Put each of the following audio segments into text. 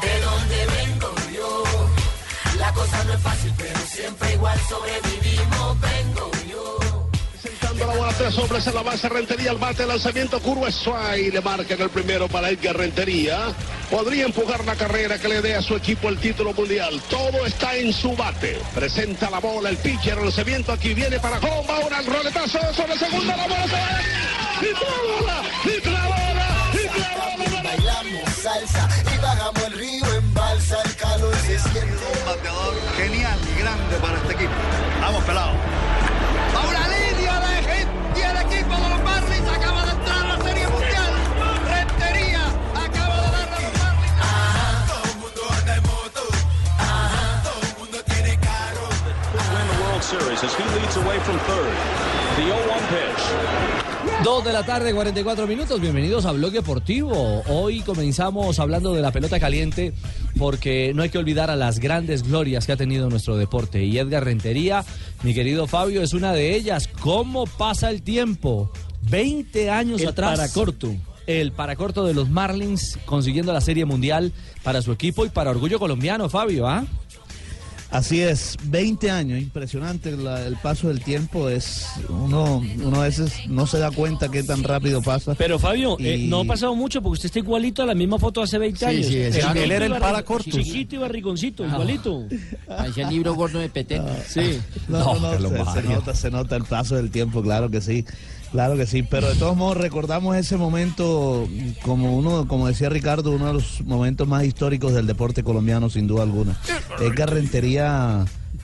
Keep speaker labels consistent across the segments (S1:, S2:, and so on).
S1: De donde vengo yo, la cosa no es fácil, pero siempre igual sobrevivimos, vengo yo.
S2: Dando la bola tres hombres en la base, Rentería al bate, lanzamiento curva es suave y le marcan el primero para Edgar Rentería. Podría empujar la carrera que le dé a su equipo el título mundial. Todo está en su bate. Presenta la bola, el pitcher, el lanzamiento aquí viene para Colón, va ahora el roletazo sobre segunda, la bola se va. Y bola, y clavola, y clavola.
S1: Bailamos salsa y bajamos el río en balsa, el calor se siente.
S3: Un bateador genial y grande para este equipo. Vamos, pelado. A una línea de gente y el equipo de los Marlins acaba de entrar a la Serie Mundial. Rentería acaba de dar a los Marlins.
S4: win the World Series as he leads away from third. The 0-1 pitch.
S5: Dos de la tarde, 44 minutos. Bienvenidos a Blog Deportivo. Hoy comenzamos hablando de la pelota caliente porque no hay que olvidar a las grandes glorias que ha tenido nuestro deporte. Y Edgar Rentería, mi querido Fabio, es una de ellas. ¿Cómo pasa el tiempo? 20 años
S6: El
S5: atrás.
S6: paracorto.
S5: El paracorto de los Marlins consiguiendo la Serie Mundial para su equipo y para Orgullo Colombiano, Fabio, ¿ah?
S7: Así es, 20 años, impresionante la- el paso del tiempo, es uno, uno a veces no se da cuenta qué tan rápido pasa.
S6: Pero Fabio, eh,
S7: Y-
S6: no ha pasado mucho porque usted está igualito a la misma foto hace 20 años.
S8: sí, es claro.
S6: Chiquito
S8: Él era
S6: y
S8: el
S6: barri-
S8: paracorto.
S6: Chiquito y barrigoncito, igualito. Ah,
S8: Parecía el libro gordo de Petén.
S6: Sí.
S7: No, no, no,
S5: pero
S7: se- se,
S5: Mario.
S7: nota, se nota el paso del tiempo, claro que sí, claro que sí. Pero de todos modos recordamos ese momento como uno, como decía Ricardo, uno de los momentos más históricos del deporte colombiano, sin duda alguna. Edgar Rentería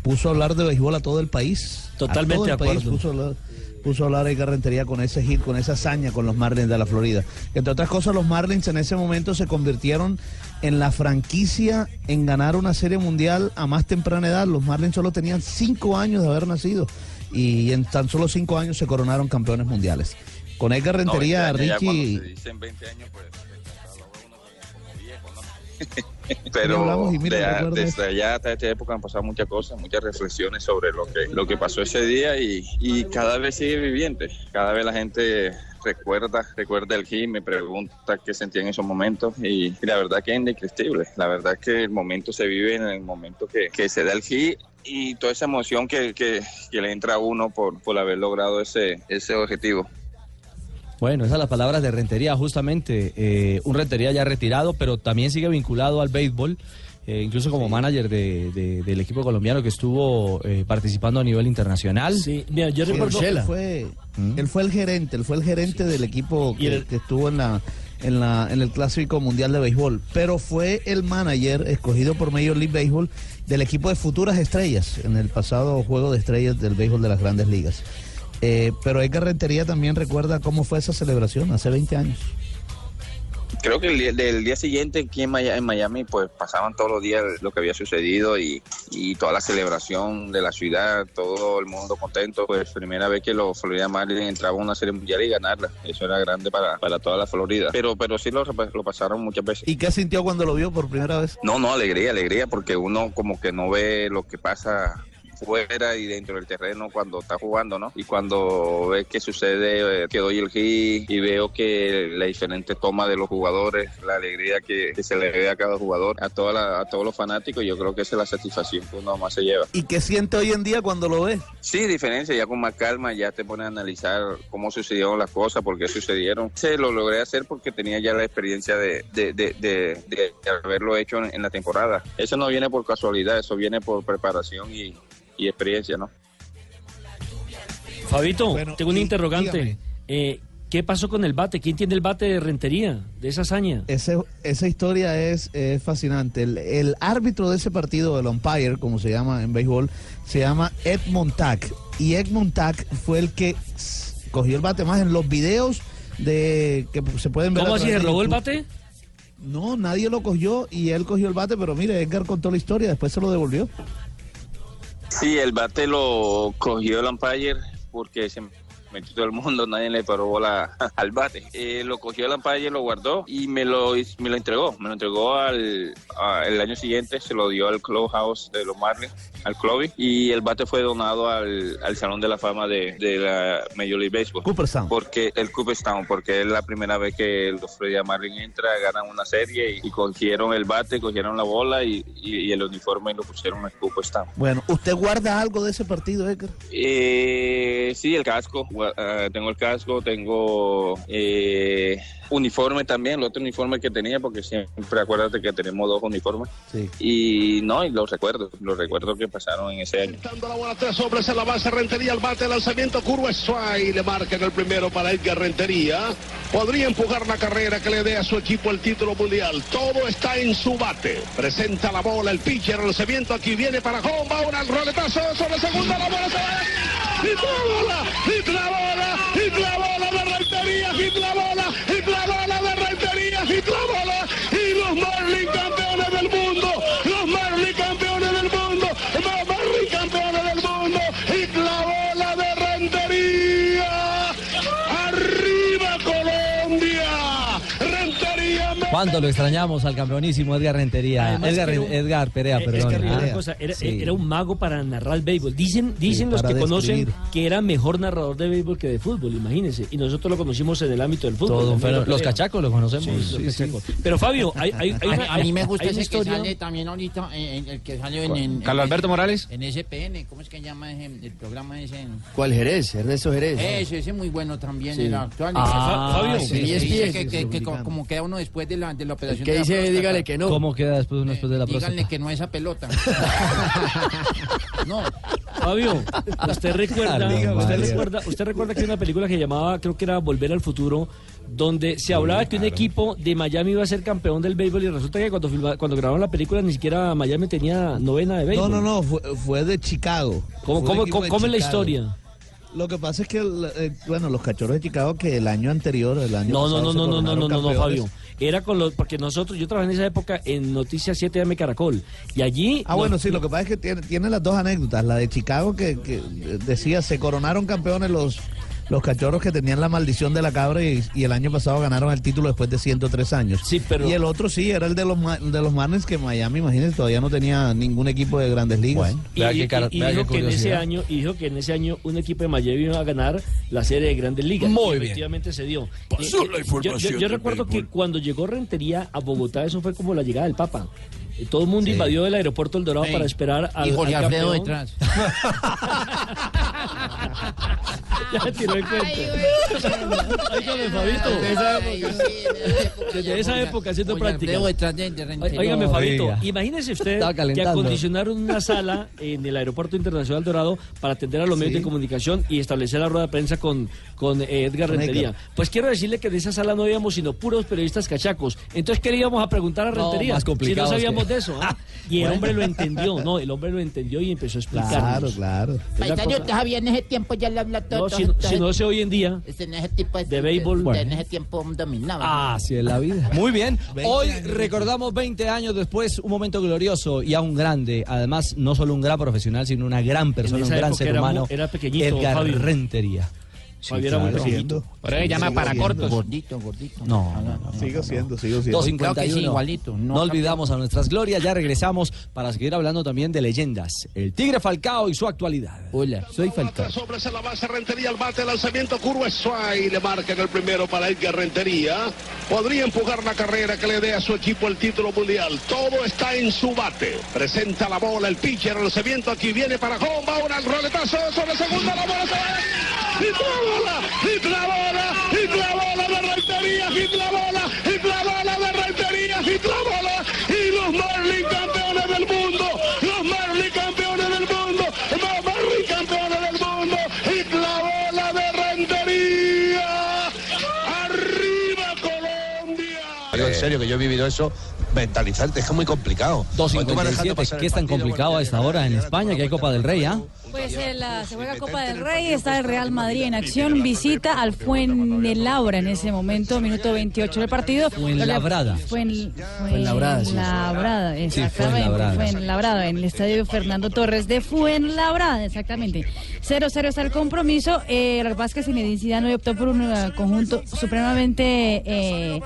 S7: puso a hablar de béisbol a todo el país.
S6: Totalmente
S7: a todo el
S6: de
S7: país
S6: acuerdo.
S7: puso a hablar- puso a hablar a Edgar Rentería con ese hit, con esa hazaña con los Marlins de la Florida. Entre otras cosas, los Marlins en ese momento se convirtieron en la franquicia en ganar una serie mundial a más temprana edad. Los Marlins solo tenían cinco años de haber nacido y en tan solo cinco años se coronaron campeones mundiales. Con Edgar Rentería,
S3: este
S7: Richie,
S9: dicen 20 años, pues.
S7: Ya
S9: Pero
S7: hablamos y mira,
S9: de-
S7: recuerda
S9: desde allá hasta esta época han pasado muchas cosas, muchas reflexiones sobre lo que, lo que pasó ese día y, y cada vez sigue viviente. Cada vez la gente recuerda, recuerda el hit, me pregunta qué sentía en esos momentos y, y la verdad que es indescriptible. La verdad que el momento se vive en el momento que, que se da el hit y toda esa emoción que, que- que le entra a uno por, por haber logrado ese, ese objetivo.
S5: Bueno, esas son las palabras de Rentería, justamente. eh, un Rentería ya retirado, pero también sigue vinculado al béisbol, eh, incluso como manager de- de- del equipo colombiano que estuvo eh, participando a nivel internacional.
S6: Sí, mira, yo
S7: Sí, él
S6: recuerdo.
S7: fue- Fue, él fue el gerente, él fue el gerente del equipo
S6: Y
S7: que,
S6: el-
S7: que estuvo en la en la en el clásico mundial de béisbol, pero fue el manager escogido por Major League Baseball del equipo de futuras estrellas en el pasado juego de estrellas del béisbol de las Grandes Ligas. Eh, pero Edgar Rentería también recuerda cómo fue esa celebración hace 20 años.
S9: creo que el día, del día siguiente aquí en Maya- en Miami, pues pasaban todos los días lo que había sucedido y, y toda la celebración de la ciudad, todo el mundo contento. Pues primera vez que los Florida Marlins entraban a una serie mundial y ganarla. Eso era grande para, para toda la Florida. Pero, pero sí lo, rep- lo pasaron muchas veces.
S7: ¿Y qué sintió cuando lo vio por primera vez?
S9: No, no, alegría, alegría, porque uno como que no ve lo que pasa fuera y dentro del terreno cuando está jugando, ¿no? Y cuando ve que sucede, eh, que doy el hit y veo que la diferente toma de los jugadores, la alegría que, que se le ve a cada jugador, a, toda la- a todos los fanáticos, yo creo que esa es la satisfacción que uno más se lleva.
S7: ¿Y qué siente hoy en día cuando lo ve?
S9: Sí, diferencia, ya con más calma, ya te pones a analizar cómo sucedieron las cosas, por qué sucedieron. Se lo logré hacer porque tenía ya la experiencia de, de, de, de- de haberlo hecho en, en la temporada. Eso no viene por casualidad, eso viene por preparación y, y experiencia, ¿no?
S6: Fabito,
S7: Bueno,
S6: tengo un
S7: sí,
S6: interrogante.
S7: dígame.
S6: Eh, ¿Qué pasó con el bate? ¿Quién tiene el bate de rentería? De esa hazaña.
S7: Ese- esa historia es, es fascinante. El, el árbitro de ese partido, el umpire, como se llama en béisbol, se llama Edmond Tack. Y Edmond Tack fue el que s- cogió el bate más en los videos de que se pueden ver. a
S6: ¿Cómo así?
S7: través
S6: ¿Se
S7: de
S6: robó el
S7: YouTube.
S6: bate?
S7: No, nadie lo cogió y él cogió el bate, pero mire, Edgar contó la historia, después se lo devolvió.
S9: Sí, el bate lo cogió el umpire porque se metió todo el mundo, nadie le paró bola al bate. Eh, lo cogió el ampalle, lo guardó y me lo, me lo entregó. Me lo entregó al, a- el año siguiente, se lo dio al clubhouse de los Marlins, al Clovy, y el bate fue donado al, al Salón de la Fama de, de la Major League Baseball.
S7: Cooperstown.
S9: Porque el Cooperstown, porque es la primera vez que los Florida Marlins entra, ganan una serie y, y cogieron el bate, cogieron la bola y, y- y el uniforme y lo pusieron al Cooperstown.
S7: Bueno, ¿usted guarda algo de ese partido, Edgar?
S9: Eh, sí, el casco. Gua- ah, tengo el casco, tengo eh, uniforme también, el otro uniforme que tenía, porque siempre acuérdate que tenemos dos uniformes.
S7: Sí.
S9: Y no, y los recuerdos, los recuerdos que pasaron en ese año.
S2: Dando la bola tres hombres en la base, Rentería al bate, lanzamiento curva, Suárez le marcan el primero para Edgar Rentería. Podría empujar la carrera que le dé a su equipo el título mundial. Todo está en su bate. Presenta la bola, el pitcher, el lanzamiento aquí viene para home, va una al roletazo sobre segunda, la bola se va. ¡Hit la bola! ¡Hit la bola! ¡Hit la bola de Rentería! ¡Hit la bola! ¡Hit la bola de Rentería! ¡Hit la bola! ¡Y los Marlins campeones del mundo! ¡Los Marlins campeones del mundo! ¡Los Marlins campeones del mundo! ¡Hit la bola de Rentería! ¡Arriba Colombia! ¡Rentería!
S5: ¿Cuánto lo extrañamos al campeonísimo Edgar Rentería?
S6: Además
S5: Edgar,
S6: que era un-
S5: Edgar Perea,
S6: Eh, es
S5: Ah, perdón.
S6: que había una
S5: Perea.
S6: cosa, era,
S5: Sí.
S6: era un mago para narrar el béisbol. Dicen, dicen
S5: Sí,
S6: los
S5: para
S6: que conocen
S5: describir.
S6: que era mejor narrador de béisbol que de fútbol, imagínense. Y nosotros lo conocimos en el ámbito del fútbol.
S5: Todo un
S6: también,
S5: fenómeno.
S6: Perea.
S5: Los cachacos lo conocemos.
S6: Sí, los
S5: Sí, sí.
S6: cachacos. Pero Fabio, hay, hay- hay
S1: a,
S6: una-
S1: a mí me
S6: hay-
S1: gusta
S6: hay
S1: ese
S6: una historia.
S1: que sale también ahorita, eh, el que salió en,
S10: ¿Cuál?
S1: en-
S10: ¿Carlos
S1: en-
S10: Alberto Morales?
S1: En SPN, ¿cómo es que llama ese, el programa ese?
S10: ¿Cuál Jerez? Ernesto Jerez.
S1: Ese, ese muy bueno también,
S10: Sí.
S1: el actual.
S10: Ah,
S1: Ese-
S10: Fabio.
S1: ese
S10: Sí,
S1: que
S10: sí,
S1: dice
S10: sí,
S1: que,
S10: sí,
S1: que-
S10: sí,
S1: que
S10: sí,
S1: como, como queda uno después de la, de la operación.
S10: que
S1: de la
S10: dice,
S1: próstata.
S10: dígale que no.
S5: ¿Cómo queda después de
S6: Eh,
S5: uno después de la próstata?
S1: Díganle que no a esa pelota. no,
S6: Fabio, usted recuerda,
S5: Caramba,
S6: usted
S5: María.
S6: recuerda, usted recuerda que hay una película que llamaba, creo que era Volver al Futuro, donde se hablaba que un equipo de Miami iba a ser campeón del béisbol y resulta que cuando filma- cuando grabaron la película ni siquiera Miami tenía novena de
S7: No,
S6: béisbol.
S7: no, no, fue, fue de Chicago. Fue
S6: ¿Cómo-
S7: un
S6: cómo-
S7: equipo de
S6: cómo es la
S7: Chicago.
S6: historia?
S7: Lo que pasa es que, el, eh, bueno, los cachorros de Chicago que el año anterior, el año
S6: No, no,
S7: pasado,
S6: no,
S7: se
S6: no, no, no,
S7: coronaron
S6: no, no, no,
S7: campeones.
S6: Fabio. Era con los, porque nosotros, yo trabajé en esa época en Noticias 7 M Caracol. Y allí.
S7: Ah, bueno, sí, lo que pasa es que tiene, tiene las dos anécdotas. La de Chicago que, que, eh, decía, se coronaron campeones los, los cachorros que tenían la maldición de la cabra y, y el año pasado ganaron el título después de 103 años. Sí, pero... Y el otro sí, era el de los, Ma- de los Marlins que Miami, imagínense, todavía no tenía ningún equipo de grandes ligas.
S6: Y, y- y dijo que en ese año, y dijo que en ese año un equipo de Miami iba a ganar la serie de Grandes Ligas.
S10: Muy
S6: Y
S10: bien.
S6: Efectivamente se dio. Eh,
S10: Pasó la
S6: yo-
S10: información
S6: Yo, yo
S10: del
S6: recuerdo que
S10: béisbol.
S6: cuando llegó Rentería a Bogotá, eso fue como la llegada del Papa. Eh, Todo el mundo invadió el aeropuerto El Dorado
S1: Sí.
S6: para esperar al,
S1: y Jorge
S6: al
S1: Alfredo
S6: campeón.
S1: detrás.
S6: Ya me tiró el cuento. Óigame, Fabito. Desde esa época haciendo
S1: Jorge
S6: práctica.
S1: Alfredo detrás de- de Rentería.
S6: Óigame,
S1: No,
S6: Fabito,
S1: oiga.
S6: imagínese usted
S1: Estaba
S6: que
S1: calentando.
S6: acondicionaron una sala en el Aeropuerto Internacional Dorado para atender a los medios de comunicación y establecer la rueda de prensa con, con eh, Edgar
S5: Con
S6: Rentería.
S5: Edgar.
S6: Pues quiero decirle que en esa sala no habíamos sino puros periodistas cachacos. Entonces, ¿qué le íbamos a preguntar a
S5: No,
S6: Rentería?
S5: más
S6: si no
S5: complicados
S6: sabíamos
S5: que-
S6: de eso. ¿ah? Y el
S5: Bueno.
S6: hombre lo entendió, no, el hombre lo entendió y empezó a explicarnos.
S7: Claro,
S11: Pues
S1: Paisano, usted sabía en ese tiempo ya le habla todo.
S6: No, si, no- si no sé hoy en día,
S11: Este
S1: En ese tipo de,
S6: de béisbol.
S1: usted En
S6: Bueno.
S1: ese tiempo dominaba.
S5: Ah, así es la vida. Muy bien. Hoy recordamos 20 años después un momento glorioso y a un grande, además no solo un gran profesional, sino una gran persona, un
S6: esa
S5: gran
S6: época
S5: ser
S6: era mu-
S5: humano.
S6: era pequeñito,
S5: Edgar
S6: Fabio.
S5: Rentería.
S6: Fabio era muy pequeñito.
S10: Ahora se llama para cortos.
S1: Gordito, gordito.
S5: No,
S7: Sigo siendo, sigo siendo.
S1: Creo
S5: 251.
S1: que sí, igualito, no
S5: No,
S1: ha
S5: olvidamos a nuestras glorias, ya regresamos para seguir hablando también de leyendas. El Tigre Falcao y su actualidad.
S1: Hola, soy Falcao.
S2: Hombres en la base, Rentería al bate, lanzamiento curva, Suárez le marcan el primero para Edgar Rentería. Podría empujar la carrera que le dé a su equipo el título mundial. Todo está en su bate. Presenta la bola, el pitcher, el lanzamiento aquí viene para home, va una al roletazo sobre segunda, la bola se va. ¡Hit la bola! ¡Hit la bola! ¡Hit la bola de Rentería! ¡Hit la bola! ¡Hit la bola de Rentería! ¡Hit la bola! ¡Y los Marlins campeones del mundo! ¡Los Marlins campeones del mundo! ¡Los Marlins campeones del mundo! ¡Hit la bola de Rentería! ¡Arriba Colombia!
S12: Digo, en serio, que yo he vivido eso mentalizante, es que es muy complicado. Cuando tú manejando
S5: 257,
S12: pasar el
S5: que es tan
S12: partido,
S5: complicado a esta hora en España, que hay Copa del Rey, ¿ah?
S12: bueno,
S13: Pues el, ah, se juega Copa del Rey, está el Real Madrid en acción, visita al Fuenlabra en ese momento, minuto 28 del partido.
S5: Fuenlabrada.
S13: Fuen-
S5: Fuenlabrada, sí.
S13: Fuenlabrada,
S5: Sí,
S13: exactamente.
S5: Fuenlabrada.
S13: Fuenlabrada, en el estadio Fernando Torres de Fuenlabrada, exactamente. 0-0 está el compromiso. Eh, lo que pasa es que Zinedine Zidane hoy optó por un eh, conjunto supremamente eh,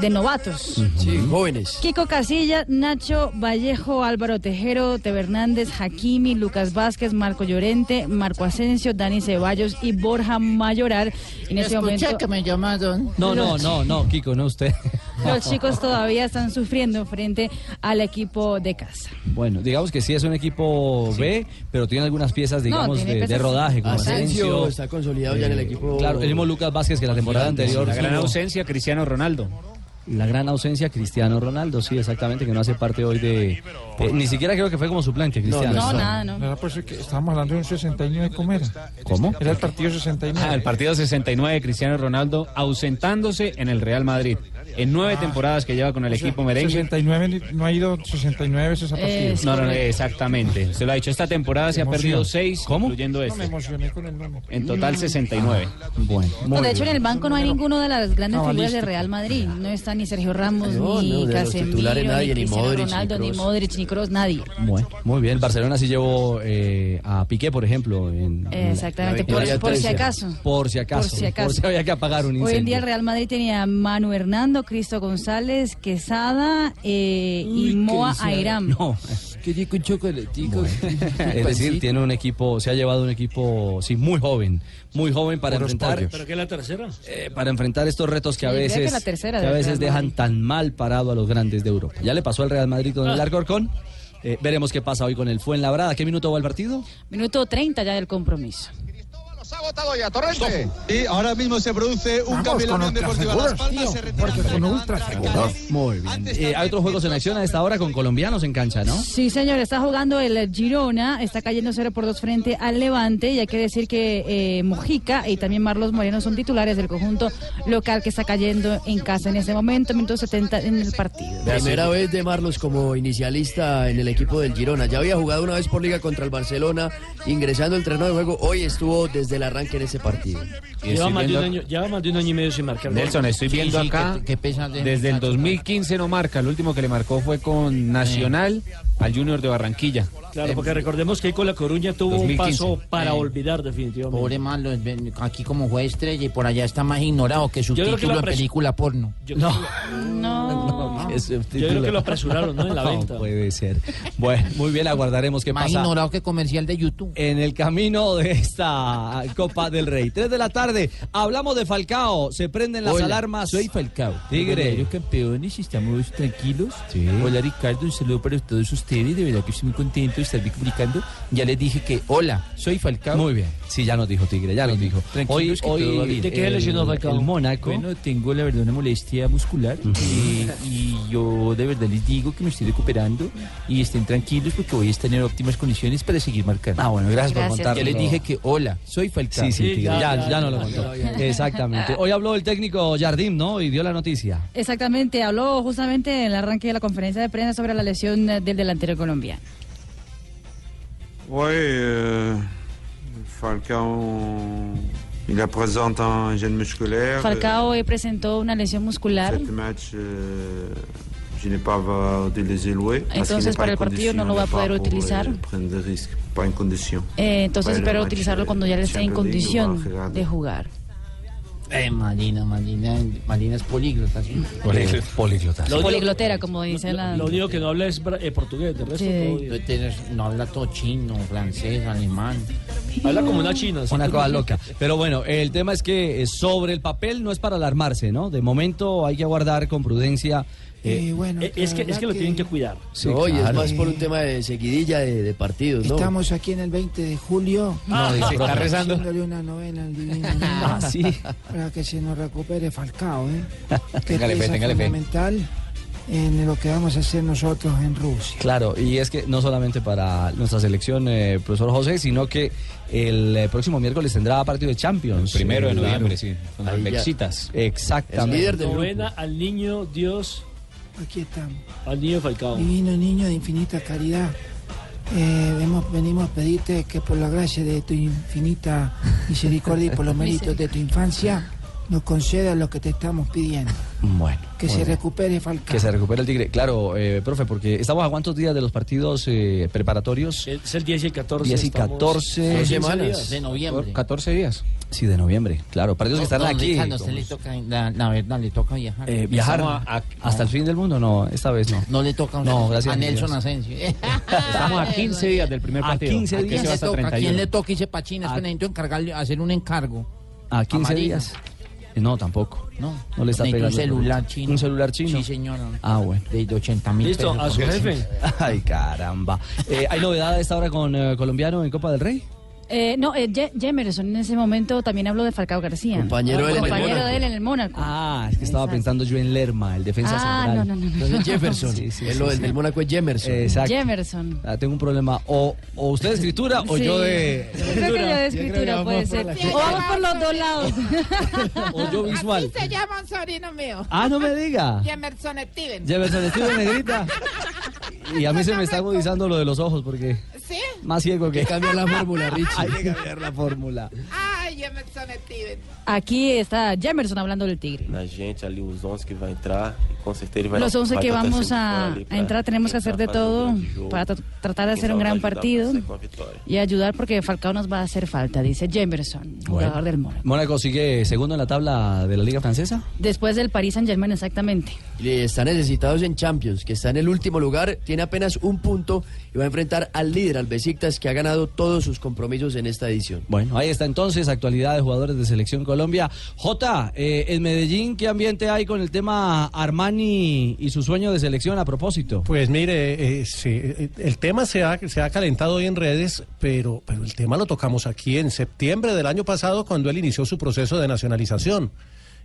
S13: de novatos.
S1: Sí, jóvenes.
S13: Kiko Casilla, Nacho Vallejo, Álvaro Tejero, Teo Hernández, Hakimi, Lucas Vázquez, Marco Llorente, Marco Asensio, Dani Ceballos y Borja Mayoral. En ese
S1: Escuché
S13: momento,
S1: que me llamaron.
S5: No, no, no, no, Kiko, no usted.
S13: los chicos todavía están sufriendo frente al equipo de casa.
S5: Bueno, digamos que sí es un equipo B, pero tiene algunas piezas, digamos,
S13: tiene
S5: de, de
S13: piezas
S5: rodaje. Como
S10: Asensio
S5: Asensio Eh,
S10: está consolidado ya en el equipo.
S5: Claro, el mismo Lucas Vázquez que la temporada anterior.
S10: La gran
S5: ausencia, Cristiano Ronaldo. La gran ausencia, Cristiano Ronaldo, sí, exactamente, que no hace parte hoy de. eh, ni siquiera creo que fue como suplente, Cristiano.
S14: no,
S13: nada, no.
S14: Era por eso Ah, pues que estábamos hablando de un 69, ¿cómo era?
S5: ¿Cómo?
S14: Era el partido 69.
S15: Ah, el partido 69 de Cristiano Ronaldo ausentándose en el Real Madrid. En nueve temporadas que lleva con el equipo merengue.
S14: 69 ni- no ha ido 69 veces a partido.
S15: Eh, No, no, no, exactamente. Se lo ha dicho. Esta temporada se ha
S14: Emoción.
S15: perdido seis, incluyendo
S14: No me Mm.
S15: este.
S14: emocioné con el nombre.
S15: En total 69.
S5: Bueno.
S13: Pues, de hecho, en el banco no hay ninguno de las grandes
S15: Ah,
S13: figuras del
S15: listo.
S13: Real Madrid. No está ni Sergio Ramos,
S5: No, no,
S13: ni
S5: de los
S13: Casemiro,
S5: titulares
S13: ni,
S5: nadie, ni
S13: Cristiano
S5: Modric, ni
S13: Ronaldo, ni
S5: Kroos.
S13: Modric, ni Kroos, nadie.
S5: Bueno, muy bien. Barcelona sí llevó eh, a Piqué, por ejemplo. en- en-
S13: Eh, Exactamente,
S5: la
S13: por-
S5: victoria
S13: por si
S5: 13.
S13: acaso.
S5: Por si acaso.
S13: Por si acaso.
S5: había que apagar un incendio.
S13: Hoy en día el Real Madrid tenía a Manu Hernando, Cristo González, Quesada eh, y Moa Airam.
S5: No.
S1: Que llegó un chocolatico.
S5: Es decir, tiene un equipo, se ha llevado un equipo, sí, muy joven, muy joven para enfrentar,
S16: ¿Pero qué es la tercera?
S5: eh, para enfrentar estos retos que a
S16: Yo diría que
S5: veces,
S16: la tercera
S5: que a
S16: del
S5: veces
S16: Real
S5: dejan
S16: Madrid.
S5: tan mal parado a los grandes de Europa. Ya le pasó al Real Madrid con el
S13: Ah.
S5: Alcorcón. Eh, veremos qué pasa hoy con el Fuenlabrada. ¿Qué minuto va el partido?
S13: Minuto 30 ya del compromiso.
S17: Torrente. Y ahora mismo se produce un
S5: Vamos,
S17: cambio en la
S5: con
S17: Unión Deportiva
S5: ultraseguros,
S17: Las Palmas. Se retira
S5: Muy bien. Eh, hay otros juegos en acción a esta hora con colombianos en cancha, ¿no?
S13: Sí, señor, está jugando el Girona, está cayendo 0 por 2 frente al Levante y hay que decir que eh, Mojica y también Marlos Moreno son titulares del conjunto local que está cayendo en casa en ese momento, minuto 70 en el partido.
S10: Primera vez de Marlos como inicialista en el equipo del Girona. Ya había jugado una vez por liga contra el Barcelona, ingresando al terreno de juego. Hoy estuvo desde el arranque en ese partido.
S16: Lleva más, de un año, lleva más de un año y medio sin marcar.
S15: Nelson, estoy viendo acá. Desde el 2015 no marca. El último que le marcó fue con Nacional al Junior de Barranquilla. Eh,
S16: Claro, porque recordemos que con La Coruña tuvo un
S15: 2015.
S16: paso para
S1: Eh.
S16: olvidar definitivamente.
S1: Pobre Marlos, ven, aquí como juez estrella y por allá está más ignorado que su
S16: creo que
S1: título
S16: la
S1: de
S16: pres-
S1: película porno.
S16: no.
S17: Ah.
S5: No. Yo
S1: creo que lo apresuraron, ¿no? En la venta.
S5: puede ser. Bueno, muy bien, aguardaremos qué
S1: Más
S5: pasa.
S1: ignorado que comercial de YouTube.
S5: En el camino de esta Copa del Rey. 3 de la tarde, hablamos de Falcao. Se prenden las
S18: Hola,
S5: alarmas.
S18: Soy Falcao.
S5: Tigre.
S18: Los campeones, estamos tranquilos. Hola Ricardo, un saludo para todos ustedes. De verdad que estoy muy contento de estar publicando. Ya les dije que hola, soy Falcao.
S5: Muy bien. Sí, ya nos dijo Tigre, ya nos dijo. Hoy,
S18: Tranquilos que todo va
S5: hoy,
S18: bien.
S5: el- el Mónaco.
S18: Bueno, tengo la verdad una molestia muscular eh, y yo de verdad les digo que me estoy recuperando y estén tranquilos porque voy a estar en óptimas condiciones para seguir marcando.
S5: Ah, bueno, gracias por Gracias. contarnos.
S18: Ya les dije que hola, soy Falcao.
S5: Sí, sí, Tigre, ya, ya, nos lo contó. Exactamente. Hoy habló el técnico Jardim, ¿no? Y dio la noticia.
S13: Exactamente, habló justamente en el arranque de la conferencia de prensa sobre la lesión eh, del delantero colombiano.
S19: Oui, euh, Falcao, il a présenté un gène musculaire.
S13: Falcao hoy presentó una lesión muscular,
S19: Cette match, euh, je n'ai pas va de les éloigner. parce qu'il
S13: Entonces,
S19: n'est pas
S13: para
S19: en
S13: el partido no
S19: condition,
S13: lo va a
S19: il n'est
S13: poder
S19: pas pour,
S13: utilizar.
S19: euh, prendre des risques, pas en condition.
S13: eh, entonces
S19: Para el
S13: espero
S19: match,
S13: utilizarlo
S19: eh,
S13: cuando ya él esté en
S19: Champions League, lo va a
S13: condición
S19: jugar.
S13: de jugar.
S1: Eh, Marina, Marina, Marina es políglota. ¿sí?
S5: Eh, Políglota.
S16: Lo único-
S13: Poliglotera, como dice la...
S16: Lo único que no habla es bra- eh, portugués, de
S13: Sí.
S16: resto todo bien.
S1: No tienes- No habla todo chino, francés, alemán.
S16: Habla como una china. ¿sí?
S5: Una cosa loca. Pero bueno, el tema es que eh, sobre el papel no es para alarmarse, ¿no? De momento hay que aguardar con prudencia. eh,
S16: Eh, es, que, es que lo tienen que cuidar.
S5: Sí,
S10: Hoy es
S5: claro.
S10: más por un tema de seguidilla de, de partidos, ¿no?
S1: Estamos aquí en el 20 de julio.
S10: No, dice, está rezando.
S1: Haciéndole una novena al divino.
S10: Ah, sí.
S1: Para que se nos recupere Falcao, ¿eh? Que
S5: Téngale fe,
S1: pieza
S5: téngale fe.
S1: fundamental en lo que vamos a hacer nosotros en Rusia.
S5: Claro, y es que no solamente para nuestra selección, eh, profesor José, sino que el eh, próximo miércoles tendrá partido de Champions.
S15: El primero de
S5: Eh, claro.
S15: noviembre, sí, contra
S5: Ahí
S15: el
S5: ya.
S15: Bexitas.
S5: Exactamente.
S16: Novena al niño Dios,
S1: Aquí estamos.
S16: al niño Falcao.
S1: Divino niño de infinita caridad.
S20: Eh, vemos- venimos a pedirte que por la gracia de tu infinita misericordia y por los méritos de tu infancia nos concedas lo que te estamos pidiendo.
S5: Bueno.
S20: Que se recupere Falcao.
S5: Que se recupere el Tigre. Claro, eh, profe, porque estamos a cuántos días de los partidos eh, preparatorios.
S16: Es el 10 y el 14.
S5: 10 y
S16: estamos-
S5: 14.
S16: Dos
S5: 15
S16: semanas.
S5: días.
S1: de noviembre.
S5: 14 días. Sí, de noviembre. Claro, partidos que están
S1: Don
S5: aquí.
S1: Ricardo, a usted le toca, la, la verdad, le toca viajar.
S5: Eh, viajar
S1: Estamos a-
S5: hasta el fin del mundo, no, esta vez no.
S1: No le toca a usted.
S5: No, gracias.
S1: A
S5: mi
S1: Nelson
S5: Dios.
S1: Asensio.
S15: Estamos a 15 días del primer
S5: A
S15: partido.
S5: 15
S15: que
S1: ¿Quién
S15: se va
S1: le
S15: hasta
S1: toca? ¿Quién
S15: 31.
S1: le toca y se pachina?
S5: Ah.
S1: Es que necesito encargarle, hacer un encargo.
S5: A 15
S1: Amarillo.
S5: días. Eh, No, tampoco.
S1: No.
S5: No le está
S1: Necesito
S5: pegando.
S1: un celular chino.
S5: Un celular chino.
S1: Sí, señora.
S5: Ah, bueno.
S1: De 80 mil Listo, pesos, a su por jefe. ejemplo.
S5: Ay, caramba. Eh, ¿Hay novedad a esta hora con eh, Colombiano en Copa del Rey?
S13: Eh, no, eh, Ye- Jemerson en ese momento también habló de Falcao García.
S5: Compañero
S13: Ah,
S5: de él en el
S13: compañero
S5: Mónaco.
S13: de él en el Mónaco.
S5: Ah, es que estaba pensando yo en Lerma, el defensa
S13: Ah,
S5: central.
S13: no, no, no, no. Entonces
S10: Jefferson. Es lo del- del
S5: Mónaco es Jemerson. Exacto.
S13: Jemerson.
S5: Ah, tengo un problema. O, o usted de escritura o
S13: Sí.
S5: yo de.
S13: Yo creo que yo de escritura puede ser. O vamos por los dos lados.
S5: O yo visual.
S21: Se llama un sobrino mío.
S5: Ah, no me diga.
S21: Jemerson Steven.
S5: Jefferson, escribe negrita. Y a mí se me está agudizando lo de los ojos porque.
S21: ¿Sí?
S5: Más ciego que.
S10: Hay que cambiar la fórmula, Richie.
S5: Hay que cambiar la fórmula.
S21: Ai, Jemerson Steven.
S13: Aquí está Jemerson hablando del Tigre.
S22: na gente ali, os 11 que vai entrar, e com certeza ele vai
S13: Los
S22: vai
S13: 11 que
S22: botar
S13: vamos
S22: sempre
S13: a,
S22: ali pra
S13: a entrar tenemos que hacer de todo para tra-
S19: Pues
S13: tratar de hacer un gran partido
S22: com a vitória.
S13: y ayudar porque Falcao nos va a hacer falta, dice Jemerson,
S5: Bueno.
S13: jugador del Mónaco.
S5: Mónaco sigue segundo en la tabla de la Liga Francesa.
S13: Después del Paris Saint Germain, exactamente.
S10: Le está necesitados en Champions, que está en el último lugar, tiene apenas un punto y va a enfrentar al líder, al Besiktas, que ha ganado todos sus compromisos en esta edición.
S5: Bueno, ahí está entonces, actualidad de jugadores de Selección Colombia. J, eh, en Medellín, ¿qué ambiente hay con el tema Armani y su sueño de selección a propósito?
S23: Pues mire, eh, sí, eh, el tema se ha, se ha calentado hoy en redes, pero, pero el tema lo tocamos aquí en septiembre del año pasado cuando él inició su proceso de nacionalización.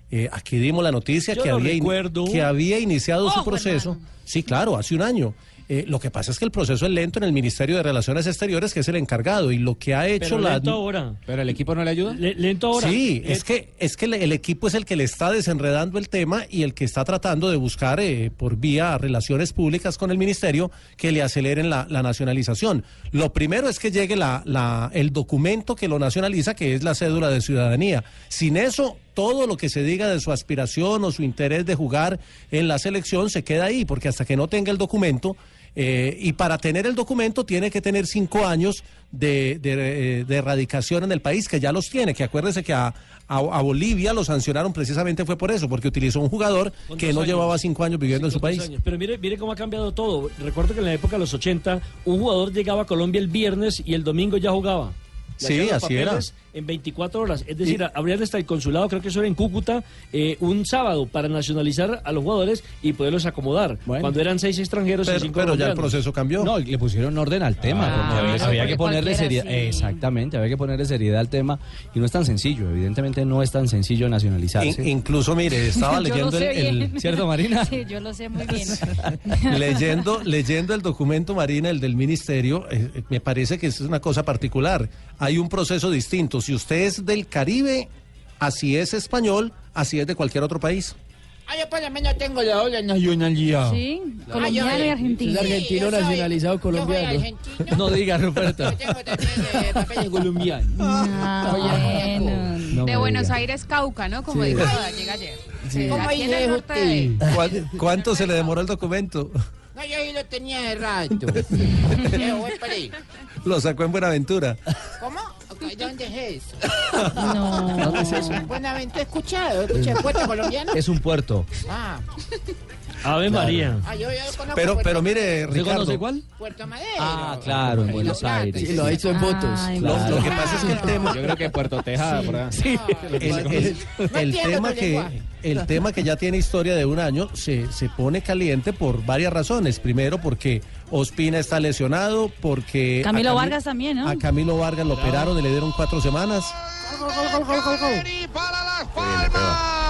S23: Eh, aquí dimos la noticia
S16: Yo
S23: que
S16: lo
S23: había, in-
S16: recuerdo. Oh, pues
S23: que había iniciado su proceso. Sí, claro, hace un año. Eh, lo que pasa es que el proceso es lento en el Ministerio de Relaciones Exteriores, que es el encargado, y lo que ha hecho
S16: Pero
S23: la...
S16: lento ahora.
S23: ¿Pero el equipo no le ayuda?
S16: lento ahora.
S23: Sí,
S16: Eh,
S23: es que, es que le- el equipo es el que le está desenredando el tema y el que está tratando de buscar eh, por vía relaciones públicas con el ministerio que le aceleren la, la nacionalización. Lo primero es que llegue la- la- el documento que lo nacionaliza, que es la cédula de ciudadanía. Sin eso, todo lo que se diga de su aspiración o su interés de jugar en la selección se queda ahí, porque hasta que no tenga el documento... Eh, y para tener el documento tiene que tener cinco años de, de, eh, de erradicación en el país, que ya los tiene. Que acuérdese que a, a- a Bolivia lo sancionaron precisamente fue por eso, porque utilizó un jugador que
S16: ¿Cuántos
S23: no
S16: años?
S23: llevaba cinco años viviendo en su país.
S16: Dos años. Pero mire, mire cómo ha cambiado todo. Recuerdo que en la época de los 80, un jugador llegaba a Colombia el viernes y el domingo ya jugaba. Le
S23: Sí,
S16: hacían los
S23: así era.
S16: papeles En 24 horas. Es decir, habrían hasta el consulado, creo que eso era en Cúcuta, eh, un sábado para nacionalizar a los jugadores y poderlos acomodar. Cuando eran seis extranjeros y
S23: Pero,
S16: cinco
S23: pero ya el
S16: colombianos.
S23: proceso cambió.
S5: No, le pusieron orden al tema.
S23: Ah,
S5: porque había,
S23: bueno,
S5: había
S23: porque
S5: que ponerle
S23: cualquiera
S5: seriedad. Exactamente, había que ponerle seriedad al tema. Y no es tan sencillo, evidentemente no es tan sencillo nacionalizarse.
S23: In- incluso, mire, estaba Yo lo leyendo sé el- bien. el-
S5: ¿Cierto, Marina?
S13: Sí, yo lo sé muy bien.
S23: leyendo, leyendo el documento Marina, el del ministerio, eh, eh, me parece que es una cosa particular. Hay un proceso distinto. Si usted es del Caribe, así es español, así es de cualquier otro país.
S11: Ah,
S21: Ay, yo por lo menos tengo la doble
S23: nacionalidad.
S21: Sí,
S10: colombiano y argentino. Es argentino nacionalizado colombiano.
S5: No diga, Ruperto.
S10: colombiano.
S5: No
S24: de
S5: me
S24: Buenos
S5: diga.
S24: Aires, Cauca, ¿no? Como
S23: Sí.
S24: dijo, llega ayer.
S23: Sí.
S24: Como Aquí en el norte de-
S23: ¿Cuán- ¿Cuánto se le demoró el documento?
S21: No, yo ahí lo tenía de rato. Eh, voy para ahí.
S23: Lo sacó en Buenaventura.
S21: ¿Cómo? Ok, ¿Dónde es eso?
S13: No.
S21: ¿Dónde es eso? Buenamente escuchado. ¿Escucha el puerto colombiano?
S5: Es un puerto.
S21: Ah,
S16: Ave María.
S21: ah, yo, yo conozco
S23: Pero,
S21: Puerto-
S5: pues,
S23: pero mire,
S5: ¿Usted
S23: Ricardo.
S5: conoce cuál?
S21: Puerto Madero.
S5: Ah, claro, en Buenos Aires.
S23: Sí, lo ha hecho en
S13: Pues,
S23: fotos. Ay, Lo-
S5: Claro.
S23: lo que pasa es que el tema-
S15: Yo creo que Puerto Tejada, por ahí.
S23: Sí. El, el- el tema que, el tema que ya tiene historia de un año se, se pone caliente por varias razones. Primero, porque Ospina está lesionado, porque. Eh, a
S13: Camilo
S23: Cami-
S13: Vargas también, ¿no?
S23: A Camilo Vargas lo operaron y le dieron cuatro semanas.
S25: Palmas.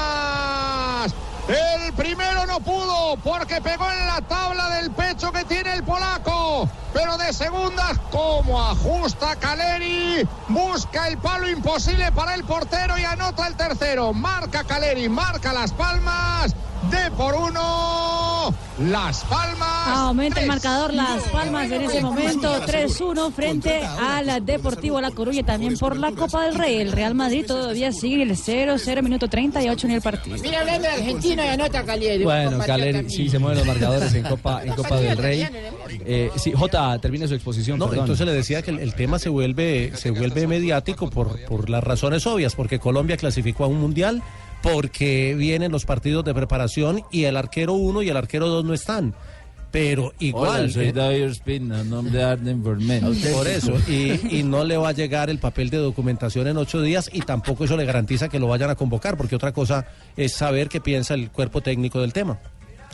S25: El primero no pudo porque pegó en la tabla del pecho que tiene el polaco. Pero de segundas, como ajusta Caleri, busca el palo imposible para el portero y anota el tercero. Marca Caleri, marca las palmas. De por uno.
S26: Las Palmas.
S13: Ah, Aumenta el
S26: tres.
S13: marcador Las Palmas en ese momento 3-1 frente al Deportivo La Coruña también por la Copa del Rey. El Real Madrid todavía sigue el 0-0 minuto 38 en el partido.
S11: Mira, hablando de Argentina, ganó otra Calieri.
S5: Bueno, Caleri, sí, se mueven los marcadores en Copa, en Copa del Rey. Eh, sí, J, termina su exposición.
S23: No,
S5: perdón.
S23: entonces le decía que el, el tema se vuelve, se vuelve mediático por, por las razones obvias, porque Colombia clasificó a un mundial, porque vienen los partidos de preparación y el arquero 1 y el arquero 2 no están. Pero igual,
S18: Hola, soy
S23: eh,
S18: David Ospina, nombre de Arden Vermel.
S23: por eso, y, y no le va a llegar el papel de documentación en ocho días y tampoco eso le garantiza que lo vayan a convocar, porque otra cosa es saber qué piensa el cuerpo técnico del tema.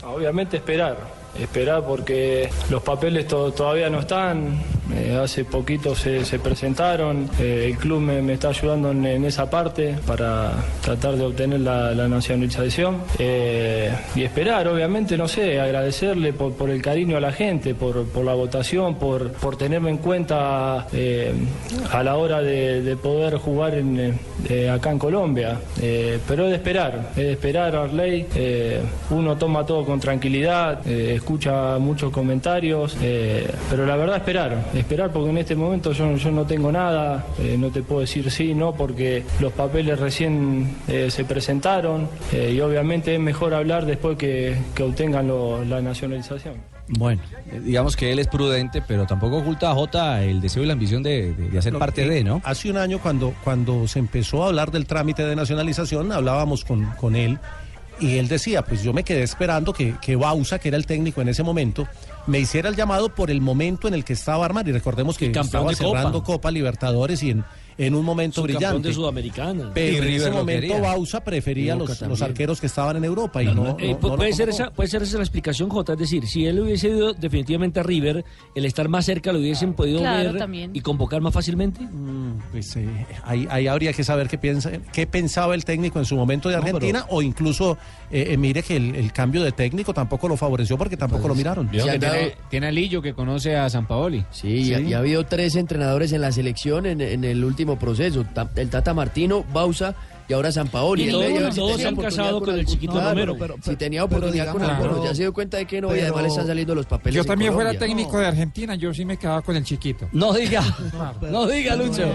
S16: Ah, Obviamente esperar, esperar porque los papeles to- todavía no están, eh, hace poquito se, se presentaron, eh, el club me, me está ayudando en, en esa parte para tratar de obtener la, la nacionalización Eh, y esperar, obviamente, no sé, agradecerle por, por el cariño a la gente, por, por la votación, por, por tenerme en cuenta eh, a la hora de, de poder jugar en, eh, eh, acá en Colombia. Eh, pero es de esperar, es de esperar, Arley. Eh, uno toma todo con tranquilidad, eh, escucha muchos comentarios, eh, pero la verdad esperar, esperar porque en este momento yo, yo no tengo nada, eh, no te puedo decir sí, no, porque los papeles recién eh, se presentaron eh, y obviamente es mejor hablar después que, que obtengan lo- la nacionalización.
S5: Bueno, eh, digamos que él es prudente, pero tampoco oculta a Jota el deseo y la ambición de, de- de hacer
S23: Lo
S5: parte
S23: que
S5: de, ¿no?
S23: eh, Hace un año cuando, cuando se empezó a hablar del trámite de nacionalización, hablábamos con, con él y él decía, pues yo me quedé esperando que, que Bausa, que era el técnico en ese momento, me hiciera el llamado por el momento en el que estaba Armar y recordemos que
S6: Y campeón
S23: estaba
S6: de Copa.
S23: cerrando Copa. Libertadores y en, en un momento
S6: Subcampeón
S23: brillante.
S6: de Sudamericana.
S23: Pero en ese momento
S6: va
S23: Bausa prefería los,
S6: Boca
S23: los
S6: también.
S23: arqueros que estaban en Europa y no, no-
S6: Eh, pu-
S23: no lo
S6: puede, ser
S23: convocó.
S6: esa, puede ser esa la explicación, J. Es decir, si él hubiese ido definitivamente a River, el estar más cerca lo hubiesen podido
S13: Claro,
S6: ver
S13: también.
S6: y convocar más fácilmente.
S23: Pues eh, ahí, ahí habría que saber qué, piensa, qué pensaba el técnico en su momento de Argentina o incluso eh, eh, mire que el, el cambio de técnico tampoco lo favoreció porque tampoco lo miraron.
S15: Vieron que tiene, tiene a Lillo que conoce a San Paoli.
S10: Sí, Y, ha, y ha habido tres entrenadores en la selección en, en el último proceso. Ta- el Tata Martino, Bausa y ahora San Paoli.
S6: Y
S10: En
S6: todos-
S10: medio, si
S6: todos
S10: tenía
S6: se han
S10: oportunidad
S6: casado con el
S10: algún-
S6: chiquito
S10: Claro,
S6: Romero.
S10: pero- si tenía oportunidad
S1: pero
S10: con
S1: digamos,
S10: alguno,
S1: pero-
S10: ya se dio cuenta de que no, y
S1: pero-
S10: además le están saliendo los papeles.
S1: Yo
S10: en
S1: también fuera
S10: Colombia.
S1: técnico de Argentina, yo sí me quedaba con el chiquito.
S5: No diga, no diga, Lucho.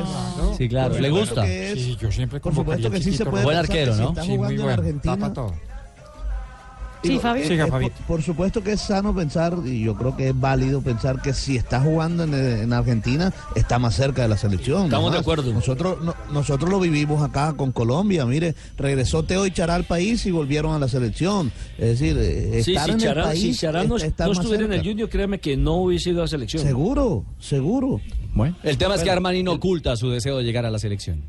S5: Sí, claro,
S1: Por
S5: le
S1: supuesto
S5: gusta.
S1: que es- Sí, yo siempre
S7: Por supuesto que sí se puede.
S5: Buen
S7: pensar que
S5: arquero,
S7: si
S5: ¿no?
S7: Está jugando en Argentina.
S5: Sí,
S7: Digo,
S5: Fabio.
S7: eh,
S5: Siga,
S7: eh, por,
S5: Fabito.
S7: por supuesto que es sano pensar, y yo creo que es válido pensar que si está jugando en, eh, en Argentina, está más cerca de la selección.
S6: Estamos de
S7: Además,
S6: acuerdo.
S7: Nosotros, no- nosotros lo vivimos acá con Colombia. Mire, regresó Teo y Chará al país y volvieron a la selección. Es decir, eh,
S6: Sí,
S7: estar
S6: si
S7: en
S6: Chará,
S7: el
S6: si
S7: país.
S6: Chará no,
S7: es- estar
S6: no
S7: más
S6: estuviera en el
S7: cerca.
S6: Junior, créame que no hubiese ido a la selección.
S7: Seguro, seguro.
S5: Bueno. El tema es que
S6: Bueno,
S5: Armani no oculta su deseo de llegar a la selección.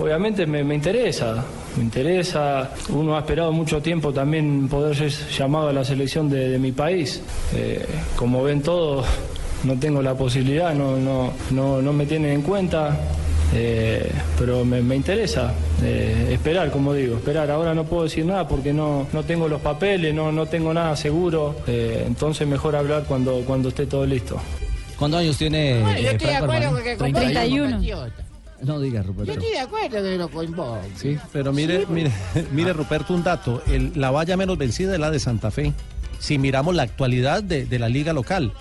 S6: Obviamente me, me interesa, me interesa. Uno ha esperado mucho tiempo también poder ser llamado a la selección de, de mi país. Eh, como ven todos, no tengo la posibilidad, no, no, no, no me tienen en cuenta. eh, pero me, me interesa eh, esperar, como digo, esperar. Ahora no puedo decir nada porque no, no tengo los papeles, no, no tengo nada seguro. eh, entonces mejor hablar cuando, cuando esté todo listo.
S5: ¿Cuántos años tiene
S6: Bueno,
S5: eh,
S6: yo estoy de
S5: Franco
S6: acuerdo
S5: Armani?
S6: que
S11: con
S5: Treinta y-
S11: Patriota.
S13: 31.
S5: No diga,
S11: Yo
S5: Ruperto.
S11: estoy de acuerdo que lo convoque.
S23: Sí, pero mire, mire, mire Ruperto, un dato. el- la valla menos vencida es la de Santa Fe. Si miramos la actualidad de, de la liga local,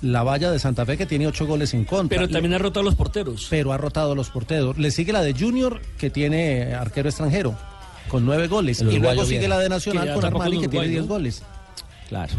S23: la valla de Santa Fe que tiene ocho goles en contra.
S6: Pero también ha rotado los porteros.
S23: Pero ha rotado los porteros. Le sigue la de Junior, que tiene eh, arquero extranjero, con nueve goles.
S15: El
S23: Y
S15: uruguayo
S23: luego sigue
S15: viene.
S23: la de
S15: Que
S23: Nacional
S15: ya
S23: con
S15: tampoco
S23: Armani,
S15: es
S23: que tiene
S15: uruguayo.
S23: diez goles.
S5: Claro.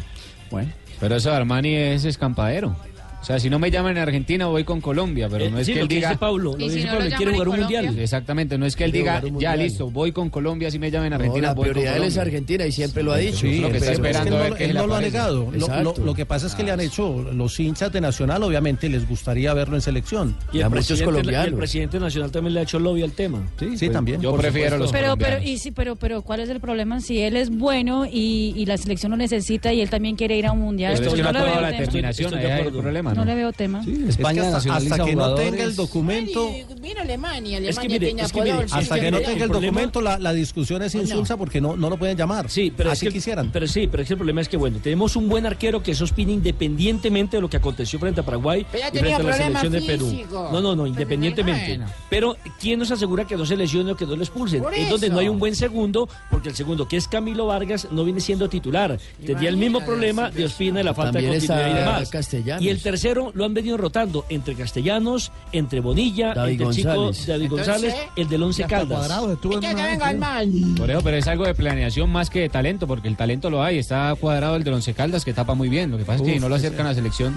S5: Bueno.
S15: Pero eso de Armani es escampadero. O sea, si no me llaman en Argentina, voy con Colombia, pero
S6: Eh,
S15: no es
S6: sí,
S15: que
S6: lo
S15: él
S6: que
S15: diga...
S6: dice Pablo, lo Y que si dice no lo Pablo, quiere llaman jugar en un Colombia. mundial.
S15: Exactamente, no es que él
S10: Quiere
S15: diga,
S10: jugar un
S15: ya
S10: mundial.
S15: listo, voy con Colombia, si me llaman en Argentina,
S10: la
S15: voy con
S10: prioridad de él es
S15: Colombia.
S10: Argentina y siempre lo ha
S15: Sí,
S10: dicho.
S15: es lo que está
S10: Pero- es
S15: esperando
S10: que
S15: a
S10: él
S15: ver qué
S10: no-
S15: se
S10: él
S15: le
S10: no lo ha
S15: aparece.
S23: negado. Lo, lo-
S10: Exacto. Ah.
S23: lo que pasa es que le han hecho los hinchas de Nacional, obviamente les gustaría verlo en selección.
S6: Y el, presidente, y el presidente nacional también le ha hecho lobby al tema.
S23: Sí, sí, también.
S15: Yo prefiero los
S13: Pero, pero, y sí, pero, pero, ¿cuál es el problema si él es bueno y, y la selección lo necesita y él también quiere ir a un mundial?
S15: Pero es que
S13: Yo
S15: no ha
S13: le
S15: tomado
S13: veo
S15: la
S13: el tema.
S15: determinación, ahí hay el problema.
S13: No le veo tema.
S5: España
S23: hasta-
S5: nacionaliza
S23: hasta que no
S5: jugadores.
S23: tenga el documento.
S21: Mira Alemania, Alemania
S23: Es que mire,
S21: tenía
S23: es que
S21: apoyado
S23: mire,
S21: el
S23: hasta que no
S21: sistema.
S23: tenga el documento, la, la discusión es insulsa porque no, no lo pueden llamar.
S6: Sí, pero
S23: Así
S6: es que,
S23: quisieran.
S6: Pero sí, pero es que el problema es que, bueno, tenemos un buen arquero que eso opina independientemente de lo que aconteció frente a Paraguay
S21: Pero ya
S6: y
S21: tenía
S6: frente a la
S21: problemas
S6: selección de Perú.
S21: físicos.
S6: No, no, no, independientemente.
S21: Bueno.
S6: Pero, ¿quién nos asegura que no se lesione o que no lo expulsen?
S21: Por
S6: Es donde
S21: eso.
S6: no hay un buen segundo, porque el segundo, que es Camilo Vargas, no viene siendo titular. Tendría el mismo problema de Ospina y la falta de
S10: También está
S6: continuidad y demás.
S10: Castellanos.
S6: Y el tercero lo han venido rotando entre Castellanos, entre Bonilla,
S10: David
S6: entre el
S10: González.
S6: chico David
S10: Entonces,
S6: González, el del Once Caldas.
S21: que venga
S1: ¿eh?
S21: el mal.
S15: Por eso, pero es algo de planeación más que de talento, porque el talento lo hay. Está cuadrado el de Once Caldas, que tapa muy bien. Lo que pasa es que
S5: Uf,
S15: no lo acercan a la selección.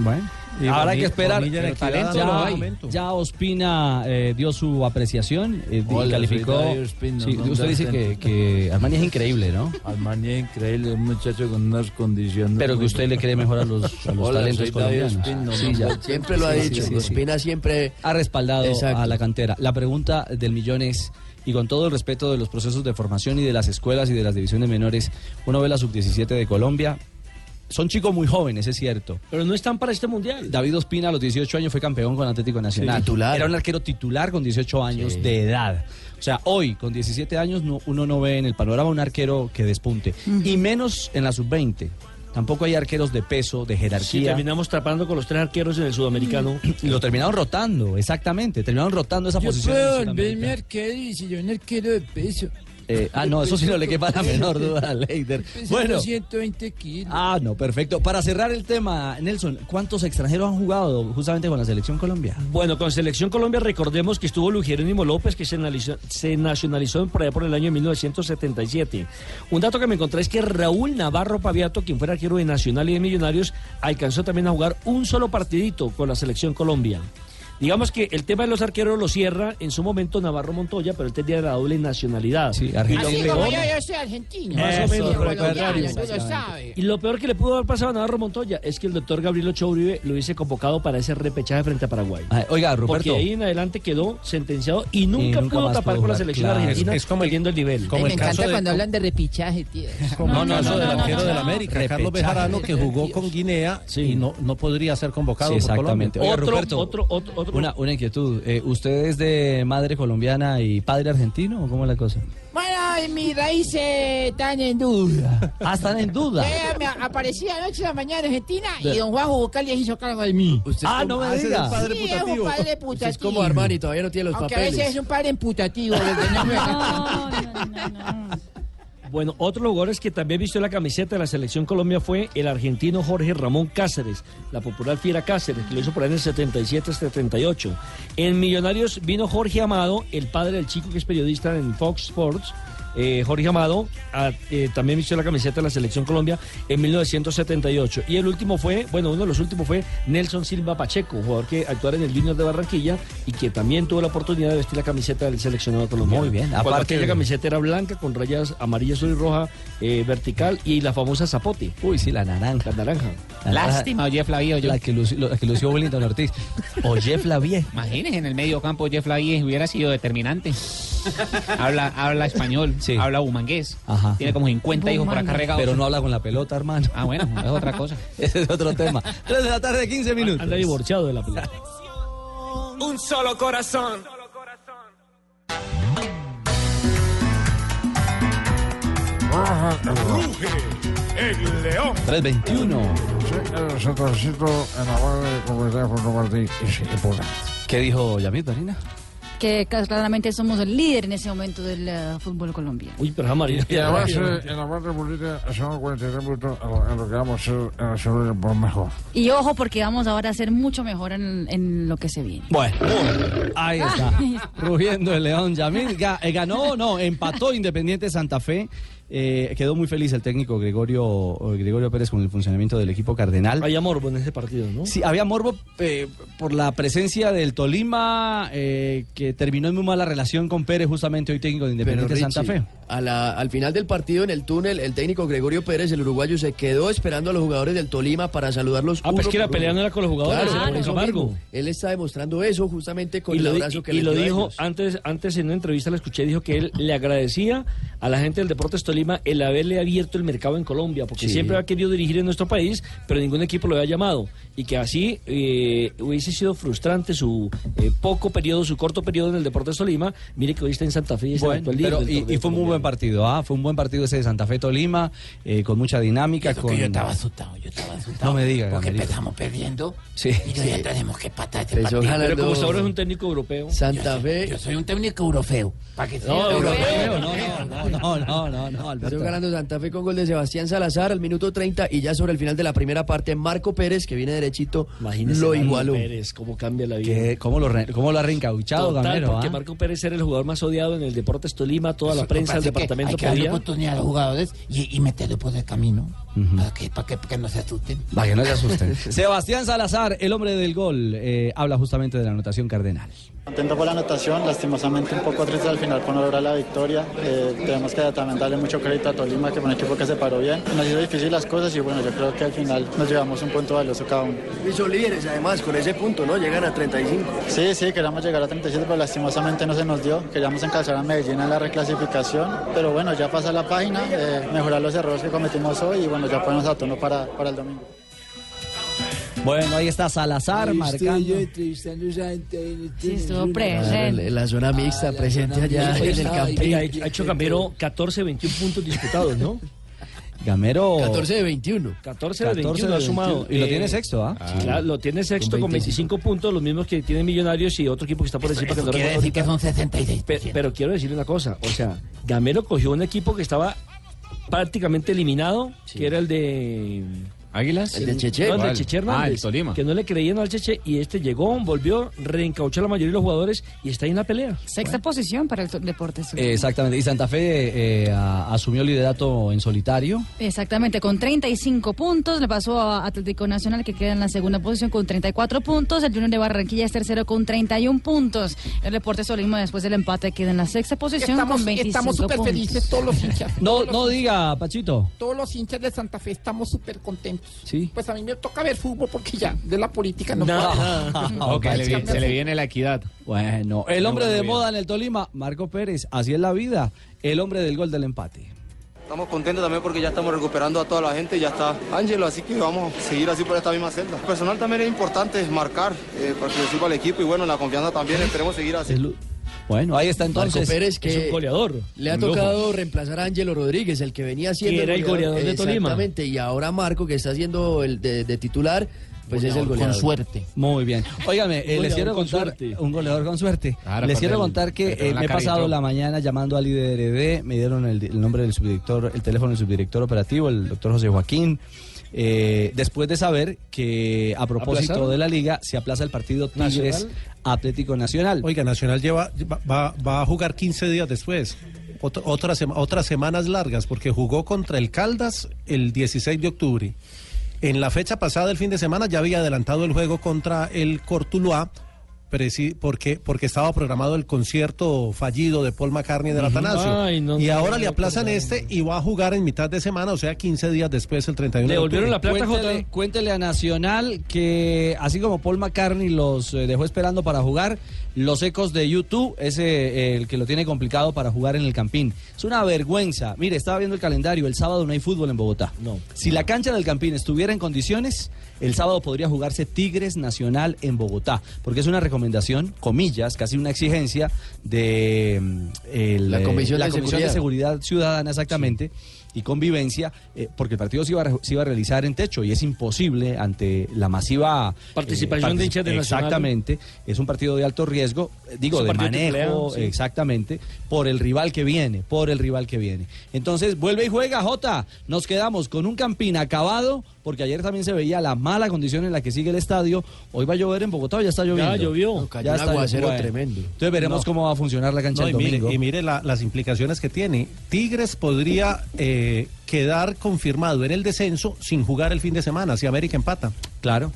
S5: Y Ahora hay que esperar.
S15: Pero talento
S10: ah,
S15: lo
S5: ya,
S15: hay.
S5: ya Ospina eh, dio su apreciación, eh, di-
S27: Hola,
S5: calificó.
S27: soy David Ospina,
S5: Sí,
S27: ¿dónde
S5: usted dice
S27: está?
S5: que, que Armani es increíble, ¿no?
S27: Armani es increíble, un muchacho con unas condiciones.
S5: Pero que usted le cree mejor a los, a los
S27: Hola,
S5: talentos
S27: soy David
S5: colombianos.
S27: Ospina,
S5: Sí,
S27: ¿no?
S5: ya.
S10: Siempre lo ha
S5: Sí,
S10: dicho.
S5: sí, sí, sí.
S10: Ospina siempre
S5: ha respaldado
S10: Exacto.
S5: a la cantera. La pregunta del millón es, y con todo el respeto de los procesos de formación y de las escuelas y de las divisiones menores, uno ve la sub-17 de Colombia. Son chicos muy jóvenes, es cierto.
S6: Pero no están para este mundial.
S5: David Ospina a los 18 años fue campeón con Atlético Nacional.
S10: Sí, titular.
S5: Era un arquero titular con 18 años
S10: Sí.
S5: de edad. O sea, hoy con 17 años no- uno no ve en el panorama un arquero que despunte. Y menos en la sub-20. Tampoco hay arqueros de peso, de
S6: Si
S5: jerarquía.
S6: terminamos tapando con los tres arqueros en el sudamericano.
S5: Y lo terminaron rotando, exactamente. Terminaron rotando esa
S6: Yo
S5: posición. en el
S6: puedo
S5: Sudamericano.
S6: volverme
S20: arquero y si yo un arquero de peso.
S5: Eh, ah, no, eso sí no le quepa la menor duda a Leider. Bueno.
S20: 120 kilos.
S5: Ah, no, perfecto. Para cerrar el tema, Nelson, ¿cuántos extranjeros han jugado justamente con la selección Colombia?
S6: Bueno, con Selección Colombia recordemos que estuvo Luis Jerónimo López, que se, analizó- se nacionalizó por allá por el año 1977. Un dato que me encontré es que Raúl Navarro Paviato, quien fuera arquero de Nacional y de Millonarios, alcanzó también a jugar un solo partidito con la Selección Colombia. Digamos que el tema de los arqueros lo cierra en su momento Navarro Montoya, pero este él tenía la doble nacionalidad. Sí,
S21: Así como yo, yo soy
S5: Eh,
S21: argentino.
S6: Más o menos,
S21: Yo
S6: por el
S21: colombiano, tú lo
S6: contrario.
S21: sabes.
S6: Y lo peor que le pudo haber pasado a Navarro Montoya es que el doctor Gabriel Ochoa Uribe lo hubiese convocado para ese repechaje frente a Paraguay.
S5: Ah, Oiga,
S6: Porque
S5: Ruperto.
S6: ahí en adelante quedó sentenciado y nunca,
S5: Y nunca
S6: pudo
S5: más
S6: tapar
S5: pudo
S6: con la
S5: jugar,
S6: selección
S5: claro.
S6: argentina
S5: Es- es
S6: como el nivel.
S21: Ay, me encanta cuando hablan de repichaje, tío.
S23: Como el caso del
S21: no,
S23: arquero
S21: no,
S23: del
S21: no.
S23: América, Carlos
S21: Repechaje.
S23: Bejarano, que jugó con Guinea y no, no podría ser convocado
S5: Sí,
S23: por Colombia.
S5: exactamente. Oiga, Ruperto, una, una inquietud. Eh, ¿Usted es de madre colombiana y padre argentino o cómo es la cosa?
S21: Bueno, y mis raíces están en duda.
S5: Ah, están en duda.
S21: Eh, me aparecí anoche en la mañana en Argentina y don Juan Bucal les hizo cargo de mí.
S5: Ah, no me digas.
S21: sí, es un padre putativo.
S10: es como Armani, todavía no tiene los
S21: Aunque a
S10: papeles.
S21: veces es un padre imputativo. lo que no me-
S6: Bueno, otro jugador que también vistió la camiseta de la selección Colombia fue el argentino Jorge Ramón Cáceres, la popular Fiera Cáceres, que lo hizo por ahí en el 77-78. En Millonarios vino Jorge Amado, el padre del chico que es periodista en Fox Sports. Eh, Jorge Amado a- eh, también vistió la camiseta de la selección Colombia en 1978. Y el último fue, bueno, uno de los últimos fue Nelson Silva Pacheco, jugador que actuara en el Junior de Barranquilla y que también tuvo la oportunidad de vestir la camiseta del seleccionado colombiano.
S5: Muy bien,
S6: Cuando
S5: aparte
S6: aquella
S5: de-
S6: camiseta camiseta blanca con rayas amarilla, azul y roja eh, vertical y la famosa zapote.
S5: Uy, sí, la naranja.
S6: La naranja.
S15: Lástima, oye Flavio. Yo...
S5: La que, lució- la que lució Wellington Ortiz. O Jeff Lavie.
S15: Imagínense, en el medio campo Jeff Lavie hubiera sido determinante. habla, habla español, habla bumangués.
S5: Ajá.
S15: Tiene como 50 hijos por acá regados.
S5: Pero no habla con la pelota, hermano.
S15: Ah, bueno, es otra cosa.
S5: Ese es otro tema. 3 de la tarde, 15 minutos.
S6: Ah, Anda divorciado de la pelota.
S3: Un solo corazón.
S11: Ruge el león.
S5: 321.
S11: El sotorcito en la barra de comunidad por no partir y se impone.
S5: ¿Qué dijo Yamit, Marina?
S13: Que ca- claramente somos el líder en ese momento del eh, fútbol colombiano.
S6: Uy, pero es amarillo.
S11: Y además, eh, en la barra de política son 43 minutos en lo- en lo que vamos a hacer en el celular por mejor.
S13: Y ojo porque vamos ahora a ser mucho mejor en, en lo que se viene.
S5: Bueno, ahí está. Rugiendo el León Yamil. Ga- eh, ganó, no, empató Independiente Santa Fe. Eh, quedó muy feliz el técnico Gregorio, eh, Gregorio Pérez con el funcionamiento del equipo cardenal.
S6: Hay morbo en ese partido, ¿no?
S5: Sí, había morbo eh, por la presencia del Tolima, eh, que terminó en muy mala relación con Pérez, justamente hoy técnico de
S10: Pero
S5: Independiente Santa
S10: Richie,
S5: Fe.
S10: a la- al final del partido en el túnel, el técnico Gregorio Pérez, el uruguayo, se quedó esperando a los jugadores del Tolima para saludarlos.
S6: Ah, pues
S10: uno
S6: que la
S10: por
S6: pelea
S10: uno.
S6: no era con los jugadores,
S10: Claro,
S6: era con
S10: por eso
S6: Camargo.
S10: mismo. Él está demostrando eso justamente con
S6: y
S10: el
S6: lo, di-
S10: abrazo que
S6: y
S10: le
S6: lo
S10: dio a
S6: dijo
S10: ellos.
S6: antes, antes en una entrevista la escuché, dijo que él le agradecía a la gente del Deportes Tolima el haberle abierto el mercado en Colombia, porque
S5: Sí.
S6: siempre ha querido dirigir en nuestro país, pero ningún equipo lo había llamado. Y que así eh, hubiese sido frustrante su eh, poco periodo, su corto periodo en el Deportes Tolima. Mire que hoy está en Santa Fe y es el
S5: Bueno,
S6: actual líder
S5: pero
S6: del
S5: y,
S6: torneo.
S5: y fue un muy buen partido, ah, fue un buen partido ese de Santa Fe Tolima, eh, con mucha dinámica.
S1: Eso
S5: con...
S1: que yo estaba asustado, yo estaba asustado.
S5: No me diga,
S1: Porque
S5: Gamero.
S1: empezamos perdiendo
S5: Sí.
S1: y no ya tenemos que patar este
S5: Pues
S10: Empezó
S1: partido.
S10: ganando- Pero como Sauro es
S6: un técnico europeo.
S10: Santa
S1: yo,
S10: Fe.
S1: Yo soy un técnico europeo. Para que sea
S6: eh,
S10: No,
S1: europeo.
S5: No, no, no, no, no,
S10: Empezó ganando Santa Fe con gol de Sebastián Salazar al minuto 30 y ya sobre el final de la primera parte Marco Pérez, que viene derechito,
S6: Imagínese
S10: lo
S6: Marco
S10: igualó.
S6: Pérez, cómo cambia la vida.
S5: Eh, ¿Cómo lo, re- cómo lo ha reencauchado,
S6: Total,
S5: Gamero?
S6: porque
S5: ah?
S6: Marco Pérez era el jugador más odiado en el Deportes Tolima, toda la
S1: Lo que
S6: prensa
S1: pasa es
S6: del
S1: que
S6: departamento
S1: Hay que darle
S6: podía.
S1: oportunidad a los jugadores y, y meterlo por el camino. para, que, para, que, para que no se asusten.
S5: Para que no se asusten. Sebastián Salazar, el hombre del gol, eh, habla justamente de la anotación cardenal.
S9: Contento por la anotación, lastimosamente un poco triste al final por no lograr la victoria. Eh, tenemos que también darle mucho crédito a Tolima, que fue un equipo que se paró bien. Nos hizo difícil las cosas y bueno, yo creo que al final nos llevamos un punto valioso cada uno.
S10: Y son líderes además con ese punto, ¿no? Llegan a 35.
S9: Sí, sí, queríamos llegar a 37, pero lastimosamente no se nos dio. Queríamos encalzar a Medellín en la reclasificación, pero bueno, ya pasa la página, eh, mejorar los errores que cometimos hoy y bueno, ya ponemos a tono para, para el domingo.
S5: Bueno, ahí está Salazar
S20: Ahí estoy
S5: marcando.
S20: yo entrevistando a Santa en el-
S13: estuvo
S20: en el-
S13: presente.
S10: La zona
S1: Ah,
S10: mixta presente allá
S6: Oye,
S10: en el campín.
S6: oiga, ha hecho Gamero 14, 21 puntos disputados, ¿no?
S5: Gamero.
S10: 14 de 21.
S6: 14 de 21 ha
S5: 21.
S6: sumado.
S5: Y lo
S6: Eh,
S5: tiene sexto, ¿ah?
S6: Sí, claro, lo tiene sexto con 25. puntos, los mismos que tienen Millonarios y otro equipo que está por encima que no
S1: Quiere
S6: recuerdo
S1: decir que son 66.
S6: ahorita. Pe- Pero, quiero decirle una cosa, o sea, Gamero cogió un equipo que estaba prácticamente eliminado, que era el de
S15: Águilas,
S6: El de Cheche. No, el de Cheche Hernández,
S15: Ah, el Tolima.
S6: Que no le creían al Cheche y este llegó, volvió, reencauchó a la mayoría de los jugadores y está ahí en la pelea.
S13: Sexta posición para el to- Deportes Tolima.
S5: Eh, exactamente. Y Santa Fe eh, a- asumió el liderato en solitario.
S13: Exactamente, con 35 puntos. Le pasó a Atlético Nacional, que queda en la segunda posición con 34 puntos. El Junior de Barranquilla es tercero con 31 puntos. El Deportes Tolima, después del empate, queda en la sexta posición
S21: Estamos,
S13: con 25
S21: estamos súper
S13: puntos.
S21: felices todos los hinchas.
S5: No, no diga, Pachito.
S21: Todos los hinchas de Santa Fe estamos súper contentos.
S5: Sí.
S21: Pues a mí me toca ver fútbol porque ya de la política no, puedo.
S15: Ok, le vi- se le viene la equidad.
S5: Bueno, el
S15: No,
S5: hombre
S15: bueno,
S5: de
S15: bien.
S5: moda en el Tolima, Marco Pérez. Así es la vida. El hombre del gol del empate.
S28: Estamos contentos también porque ya estamos recuperando a toda la gente, ya está Ángelo, así que vamos a seguir así por esta misma celda. Personal también es importante marcar eh, para que le sirva al equipo y bueno, la confianza también, esperemos seguir así.
S5: Bueno, ahí está entonces.
S10: Marco Pérez que Le ha
S5: Un
S10: tocado
S5: lujo.
S10: reemplazar a Ángelo Rodríguez, el que venía siendo
S5: Que era el goleador de Tolima.
S10: Exactamente, y ahora Marco que está siendo el de, de titular, pues es el
S5: Goleador con
S10: goleador.
S5: suerte. Muy bien. Óigame, eh, les
S10: goleador
S5: quiero
S10: con
S5: contar un goleador con suerte.
S10: Claro,
S5: les
S10: aparte
S5: quiero
S10: del-
S5: contar que
S10: del
S5: eh, me he
S10: Carito.
S5: pasado la mañana llamando al IDRD, me dieron el, el nombre del subdirector, el teléfono del subdirector operativo, el doctor José Joaquín. eh, después de saber que a propósito
S23: ¿Aplazaron?
S5: de la liga se aplaza el partido Tigres
S23: ¿Nacional?
S5: Atlético Nacional.
S23: Oiga, Nacional lleva, va- va, va a jugar 15 días después. Otra- otra sema- otras semanas largas, porque jugó contra el Caldas el 16 de octubre. En la fecha pasada, el fin de semana, ya había adelantado el juego contra el Cortuluá, preci- porque, porque estaba programado el concierto fallido de Paul McCartney del
S6: Ujú.
S23: Atanasio.
S6: Ay, no,
S23: y
S6: no,
S23: ahora
S6: no,
S23: le aplazan este y va a jugar en mitad de semana, o sea, 15 días después, el 31 de octubre.
S5: cuéntele, cuéntele a Nacional que así como Paul McCartney los eh, dejó esperando para jugar, los ecos de YouTube es eh, el que lo tiene complicado para jugar en el Campín. Es una vergüenza. Mire, estaba viendo el calendario, el sábado no hay fútbol en Bogotá. No. Si la cancha del Campín estuviera en condiciones, el sábado podría jugarse Tigres Nacional en Bogotá, porque es una recomendación, comillas, casi una exigencia de mm, el,
S10: La
S5: eh,
S10: Comisión
S5: la
S10: de
S5: Comisión de
S10: Seguridad.
S5: Seguridad Ciudadana, exactamente, y convivencia, eh, porque el partido se iba, a, re- se iba a realizar en techo y es imposible ante la masiva eh,
S6: Participación de
S5: partici-
S6: hinchas de Nacional.
S5: Exactamente, es un partido de alto riesgo, eh, digo,
S6: Es un
S5: de
S6: partido
S5: manejo,
S6: tituleado, sí.
S5: exactamente, por el rival que viene, por el rival que viene. Entonces, vuelve y juega, Jota. Nos quedamos con un campín acabado, porque ayer también se veía la mala condición en la que sigue el estadio. Hoy va a llover en Bogotá, ¿o ya está lloviendo.
S6: llovió.
S5: No,
S10: cayó un aguacero tremendo.
S5: Entonces veremos
S23: No.
S5: cómo va a funcionar la cancha
S23: No,
S5: el
S23: y mire,
S5: domingo.
S23: y mire la- las implicaciones que tiene. Tigres podría eh, quedar confirmado en el descenso sin jugar el fin de semana, si América empata.
S5: Claro,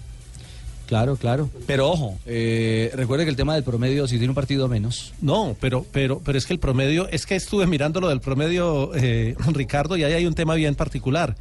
S5: claro, claro. Pero ojo, eh, recuerde que el tema del promedio, si tiene un partido menos.
S23: No, pero, pero, pero es que el promedio, es que estuve mirando lo del promedio, eh, Ricardo, y ahí hay un tema bien particular.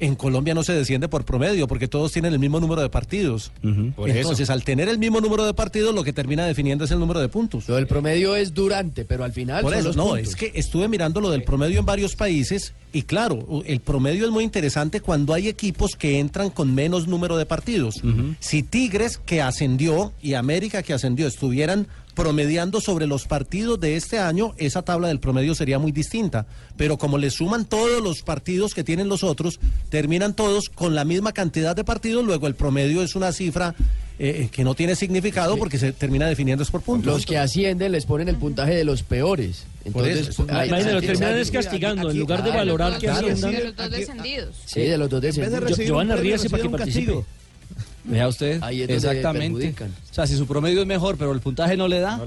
S23: en Colombia no se desciende por promedio, porque todos tienen el mismo número de partidos.
S10: Por eso.
S23: Entonces, al tener el mismo número de partidos, lo que termina definiendo es el número de puntos.
S10: Lo del promedio es durante, pero al final
S23: Por
S10: son
S23: eso,
S10: los
S23: no,
S10: puntos.
S23: es que estuve mirando lo del promedio en varios países y claro, u- el promedio es muy interesante cuando hay equipos que entran con menos número de partidos. Si Tigres, que ascendió, y América, que ascendió, estuvieran promediando sobre los partidos de este año, esa tabla del promedio sería muy distinta. Pero como le suman todos los partidos que tienen los otros, terminan todos con la misma cantidad de partidos, luego el promedio es una cifra eh, que no tiene significado porque se termina definiendo es por puntos.
S10: Los que ascienden les ponen el puntaje de los peores.
S23: Por eso,
S10: Entonces,
S5: eh,
S23: eso es una- Imagínate,
S6: Pues, lo terminan es castigando, en lugar de valorar que asciendan.
S24: Los dos descendidos.
S10: Sí, de los dos
S6: En vez de
S10: descendidos.
S6: recibir un Giovanna, premio, ríase para
S5: que
S6: participe.
S5: Vea usted.
S10: Ahí es donde
S5: Exactamente.
S10: perjudican.
S5: O sea, si su promedio es mejor, pero el puntaje no le da,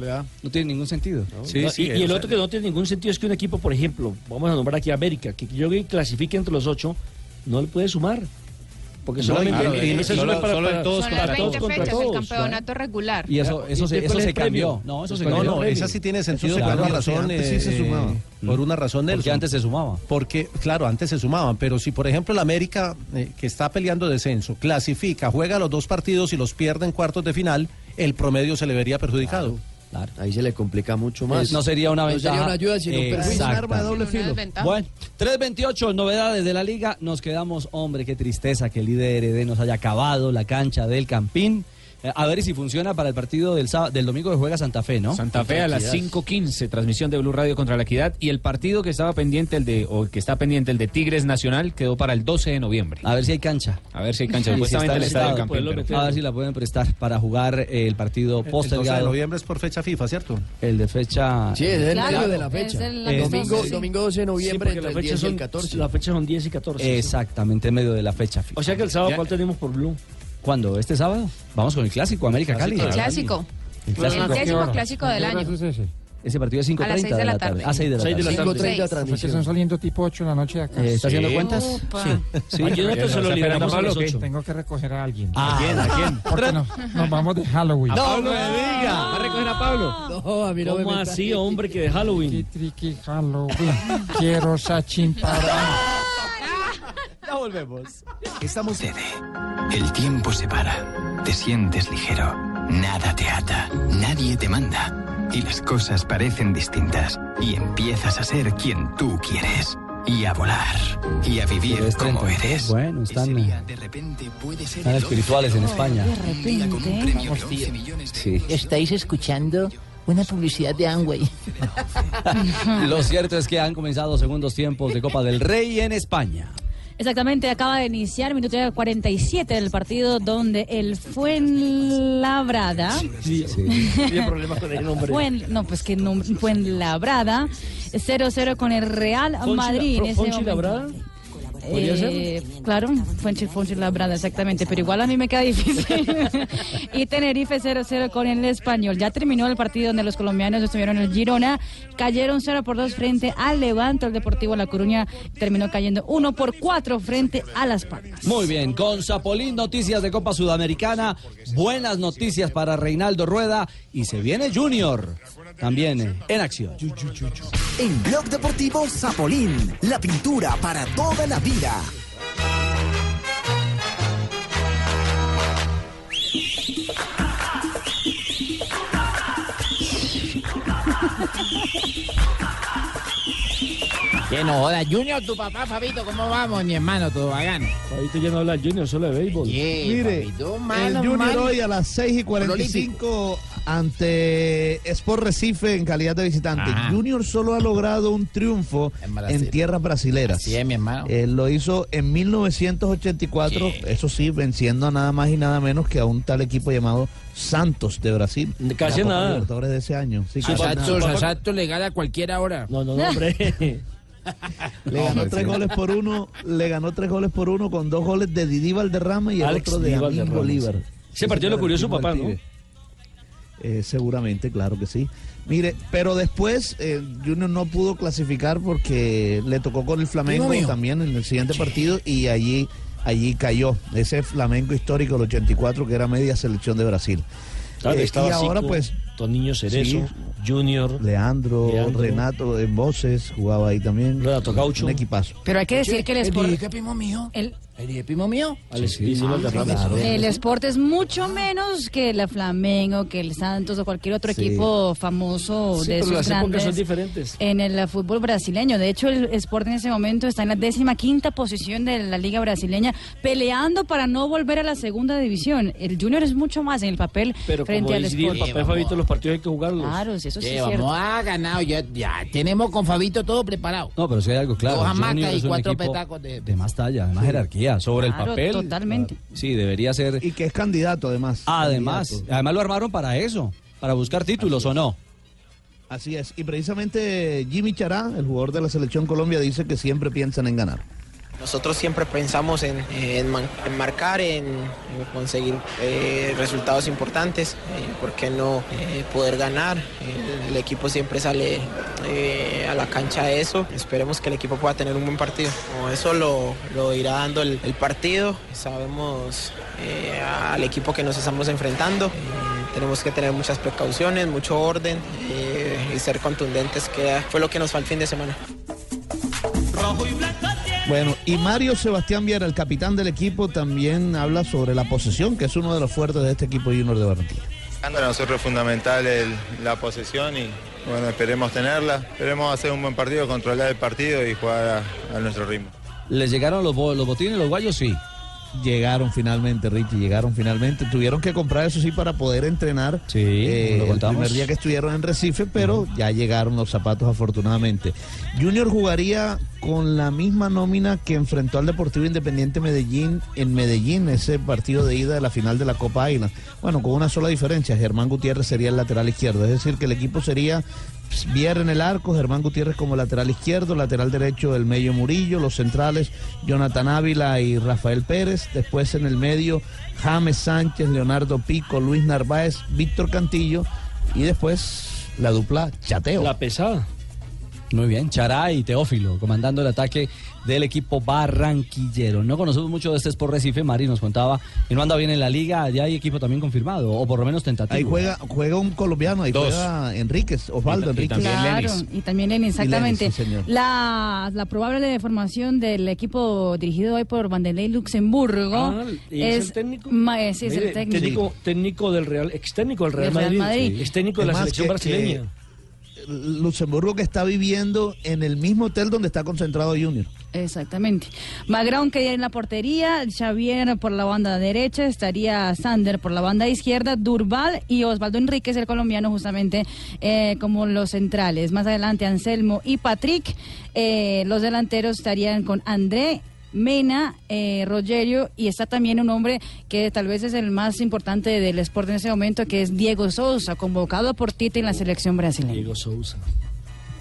S5: no, tiene ningún sentido.
S6: No, Ah, y, y el otro que no tiene ningún sentido es que un equipo, por ejemplo, vamos a nombrar aquí a América, que yo que clasifique entre los ocho, no le puede sumar. Porque
S5: No,
S6: solamente
S5: claro, y-
S6: eso
S5: y
S6: solo
S5: solo-
S6: es para,
S5: solo en
S6: para-
S5: todos
S6: para
S5: contra
S24: Son las 20
S6: contra
S24: fechas del
S6: todos.
S24: campeonato regular.
S5: Y eso,
S6: Claro,
S5: eso,
S6: ¿y
S5: se,
S6: cuál
S5: eso
S6: es
S5: se
S6: el premio?
S5: cambió. No, eso se
S23: No,
S5: cambió.
S23: no, esa sí tiene sentido
S5: se
S23: por
S5: cambió,
S23: una razón. eh,
S5: porque antes sí se sumaba.
S23: Por una razón Nelson.
S5: Porque antes se sumaba.
S23: Porque, claro, antes se sumaban. Pero si, por ejemplo, el América, eh, que está peleando descenso, clasifica, juega los dos partidos y los pierde en cuartos de final, el promedio se le vería perjudicado.
S10: Ahí se le complica mucho
S5: Pues
S10: más.
S5: no sería una
S10: No
S5: ventaja.
S10: sería una ayuda, sino un perjuicio.
S5: Exacto.
S24: Una desventaja.
S5: Bueno, 3.28, novedades de la liga. Nos quedamos, hombre, qué tristeza que el líder Heredé nos haya acabado la cancha del Campín. Eh, a ver si funciona para el partido del, sábado- del domingo que juega Santa Fe, ¿no?
S15: Santa Fe a las 5.15, transmisión de Blue Radio contra la Equidad. Y el partido que estaba pendiente, el de, o que está pendiente, el de Tigres Nacional, quedó para el 12 de noviembre.
S5: A ver si hay cancha.
S15: A ver si hay cancha.
S5: Y si
S15: Supuestamente
S5: está
S15: el estadio
S5: prestado,
S15: campeón. pero-
S5: A ver si la pueden prestar para jugar eh, el partido
S23: El 12 de
S5: postergado.
S23: noviembre es por fecha FIFA, ¿cierto?
S5: El de fecha.
S10: Sí, es el
S5: Claro,
S10: medio de la fecha.
S5: es el-
S10: domingo,
S5: sí.
S10: domingo 12 de noviembre
S6: porque
S10: entre
S6: la
S10: el
S6: fecha
S10: 10 y el
S6: son-
S10: 14.
S6: la fecha son 10 y 14. sí.
S5: Exactamente, en medio de la fecha FIFA.
S6: O sea que el sábado, ¿cuál tenemos por Blue?
S5: ¿Cuándo? ¿Este sábado? Vamos con el clásico, América Cali.
S24: El clásico.
S5: El clásico.
S24: El clásico clásico del año.
S5: Ese partido es 5.30
S24: A las seis
S5: de la tarde. A 6 de la tarde.
S10: 5.30
S14: O sea, que son saliendo tipo 8 de la noche de acá.
S5: Eh, ¿está haciendo cuentas? Sí. Sí.
S14: Ay,
S5: Yo no te
S14: Dios,
S5: solo liberamos
S14: ¿está esperando
S5: a las
S14: Pablo,
S5: ocho.
S14: ¿qué? Tengo que recoger a alguien.
S5: ¿A quién? ¿A quién?
S14: Porque no- nos vamos de Halloween.
S5: diga!
S14: ¿Va a recoger a Pablo?
S10: No, a mí no me
S6: ¿Cómo
S10: metas.
S6: así, hombre, que de Halloween?
S14: Triqui Halloween. Quiero Sachin para.
S5: Ya volvemos.
S17: Estamos de El tiempo se para. Te sientes ligero. Nada te ata. Nadie te manda. Y las cosas parecen distintas. Y empiezas a ser quien tú quieres. Y a volar. Y a vivir
S5: Pero es
S17: como
S5: 33.
S17: eres.
S5: Bueno, están, eh,
S17: De repente puede ser
S5: están
S17: el
S5: espirituales en España. Sí.
S21: Estáis escuchando una publicidad de Amway.
S5: Lo cierto es que han comenzado segundos tiempos de Copa del Rey en España.
S13: Exactamente, acaba de iniciar minuto ya 47 del partido donde el Fuenlabrada.
S6: Tiene problemas con el nombre.
S13: Fuen- no, pues que no, Fuenlabrada 0-0 con el Real
S6: Fonchi-
S13: Madrid. en
S6: Fro-
S13: ese
S6: Fonchi
S13: momento.
S6: Labrada. ¿Podría
S13: Eh, Claro, Fuenchi, Fuenchi Labrada, exactamente, pero igual a mí me queda difícil. y Tenerife 0-0 con el español. Ya terminó el partido donde los colombianos estuvieron en el Girona, cayeron 0 por 2 frente al Levante, el Deportivo La Coruña terminó cayendo 1 por 4 frente a Las Palmas.
S5: Muy bien, con Zapolín, noticias de Copa Sudamericana, buenas noticias para Reinaldo Rueda y se viene Junior también eh, en acción.
S18: En Blog Deportivo Zapolín, la pintura para toda la vida.
S21: Que no joda, Junior, tu papá, Fabito, ¿cómo vamos, mi hermano? Todo bacano.
S6: Fabito ya no habla de Junior, solo de béisbol.
S7: Mire,
S21: Papito,
S7: el
S21: mano,
S7: Junior
S21: mano.
S7: hoy a las 6 y 45 ante Sport Recife en calidad de visitante.
S21: Ajá.
S7: Junior solo ha logrado un triunfo
S21: Ah. Brasil.
S7: en tierras brasileras.
S21: Así es, mi hermano.
S7: Eh, lo hizo en 1984, eso sí, venciendo a nada más y nada menos que a un tal equipo llamado Santos de Brasil.
S6: casi
S7: La Copa
S6: nada.
S7: Libertadores de ese año. Sí,
S21: a
S7: casi
S21: Ah, Santos,
S7: nada.
S21: a Santos le gana a cualquiera hora.
S6: No, no, no, hombre.
S7: Le ganó tres goles por uno, le ganó tres goles por uno con dos goles de Didi Valderrama y el
S6: Alex
S7: otro de
S6: Didi
S7: Amin
S6: Valderrama,
S7: Bolívar.
S6: sí. Ese partido lo cubrió su papá, ¿no?
S7: Eh, seguramente, claro que sí. Mire, pero después eh, Junior no pudo clasificar porque le tocó con el Flamengo
S21: Dios mío.
S7: también en el siguiente partido y allí, allí cayó ese Flamengo histórico del 84 que era media selección de Brasil.
S6: Claro,
S7: Eh, y
S6: estaba
S7: ahora
S6: Zico.
S7: pues
S6: Toniño Cerezo,
S7: Sí.
S6: Junior.
S7: Leandro,
S6: Leandro.
S7: Renato en voces, jugaba ahí también.
S6: Renato Gaucho.
S7: Un equipazo.
S13: Pero hay que decir que el Sport...
S21: dije que pimo mío?
S13: El,
S21: ¿El dije pimo mío?
S6: Alex, y Silva
S7: Ah,
S6: Alcaraz.
S13: el Sport es
S6: Ah.
S13: mucho menos que la Flamengo, que el Santos o cualquier otro
S6: Sí.
S13: equipo famoso de
S6: Sí, pero
S13: esos
S6: las épocas
S13: grandes
S6: son diferentes.
S13: en el eh, fútbol brasileño. De hecho, el Sport en ese momento está en la décima quinta posición de la liga brasileña, peleando para no volver a la segunda división. El Junior es mucho más en el papel
S6: Pero
S13: frente
S6: como
S13: al
S6: diría el
S13: Sport.
S6: papá de Fabito, los partidos hay que jugarlos.
S13: Claro, sí, eso sí es
S21: Llevamos
S13: cierto.
S21: a ganado, ya, ya tenemos con Fabito todo preparado.
S5: No, pero si hay algo claro.
S21: Dos
S5: el
S21: hamacas
S5: Junior
S21: y
S5: es un
S21: cuatro
S5: equipo
S21: petacos de-
S5: más talla, de más jerarquía. Sobre el
S7: Claro,
S5: papel.
S7: totalmente.
S5: Sí, debería ser.
S7: Y que es candidato, además.
S5: Además,
S7: Candidato.
S5: además lo armaron para eso, para buscar títulos o no.
S7: Así es. Y precisamente Jimmy Chará, el jugador de la Selección Colombia, dice que siempre piensan en ganar.
S29: Nosotros siempre pensamos en, en man- en marcar, en, en conseguir eh, resultados importantes, eh, por qué no eh, poder ganar. El, el equipo siempre sale eh, a la cancha de eso. Esperemos que el equipo pueda tener un buen partido. Como eso lo, lo irá dando el, el partido. Sabemos eh, al equipo que nos estamos enfrentando. Eh, tenemos que tener muchas precauciones, mucho orden eh, y ser contundentes, que fue lo que nos fue el fin de semana.
S7: Bueno, y Mario Sebastián Viera, el capitán del equipo, también habla sobre la posesión, que es uno de los fuertes de este equipo Junior de Barranquilla.
S19: Para nosotros es fundamental el- la posesión y bueno, esperemos tenerla, esperemos hacer un buen partido, controlar el partido y jugar a- a nuestro ritmo.
S5: ¿Les llegaron los, bo- los botines, los guayos? Sí.
S7: Llegaron finalmente, Richie, llegaron finalmente. Tuvieron que comprar, eso sí, para poder entrenar. Sí,
S5: lo
S7: el
S5: contamos.
S7: primer día que estuvieron en Recife, pero ya llegaron los zapatos, afortunadamente. Junior jugaría con la misma nómina que enfrentó al Deportivo Independiente Medellín en Medellín, ese partido de ida de la final de la Copa Águila. Bueno, con una sola diferencia, Germán Gutiérrez sería el lateral izquierdo, es decir, que el equipo sería Vier en el arco, Germán Gutiérrez como lateral izquierdo, lateral derecho el Mello Murillo, los centrales Jonathan Ávila y Rafael Pérez, después en el medio James Sánchez, Leonardo Pico, Luis Narváez, Víctor Cantillo y después la dupla Chateo. La
S6: pesada.
S5: Muy bien, Chará y Teófilo, comandando el ataque del equipo barranquillero. No conocemos mucho de este Sport Recife, Mari nos contaba, que no anda bien en la liga, ya hay equipo también confirmado, o por lo menos tentativo.
S7: Ahí juega, juega un colombiano, ahí
S5: Dos.
S7: juega Enríquez, Osvaldo
S5: Y- y
S7: Enríquez.
S5: también
S13: Claro, y también Lenin, exactamente.
S7: Lenin, sí, señor.
S13: la, la probable formación del equipo dirigido hoy por Vanderlei Luxemburgo
S6: Ah, ¿y es el técnico?
S13: ma- es- es
S6: Mire,
S13: el técnico.
S6: técnico. técnico del Real, ex técnico del Real,
S13: Del Real
S6: Madrid,
S13: Madrid.
S6: ex técnico de la
S7: Es más,
S6: selección
S7: que-
S6: brasileña.
S7: Luxemburgo que está viviendo en el mismo hotel donde está concentrado Junior.
S13: Exactamente. Magrón quedaría en la portería, Xavier por la banda derecha, estaría Sander por la banda izquierda, Durbal y Osvaldo Enríquez, el colombiano, justamente eh, como los centrales. Más adelante Anselmo y Patrick. Eh, los delanteros estarían con André. Mena, eh, Rogerio y está también un hombre que tal vez es el más importante del Sport en ese momento, que es Diego Sousa, convocado por Tite en la selección brasileña.
S6: Diego Sousa.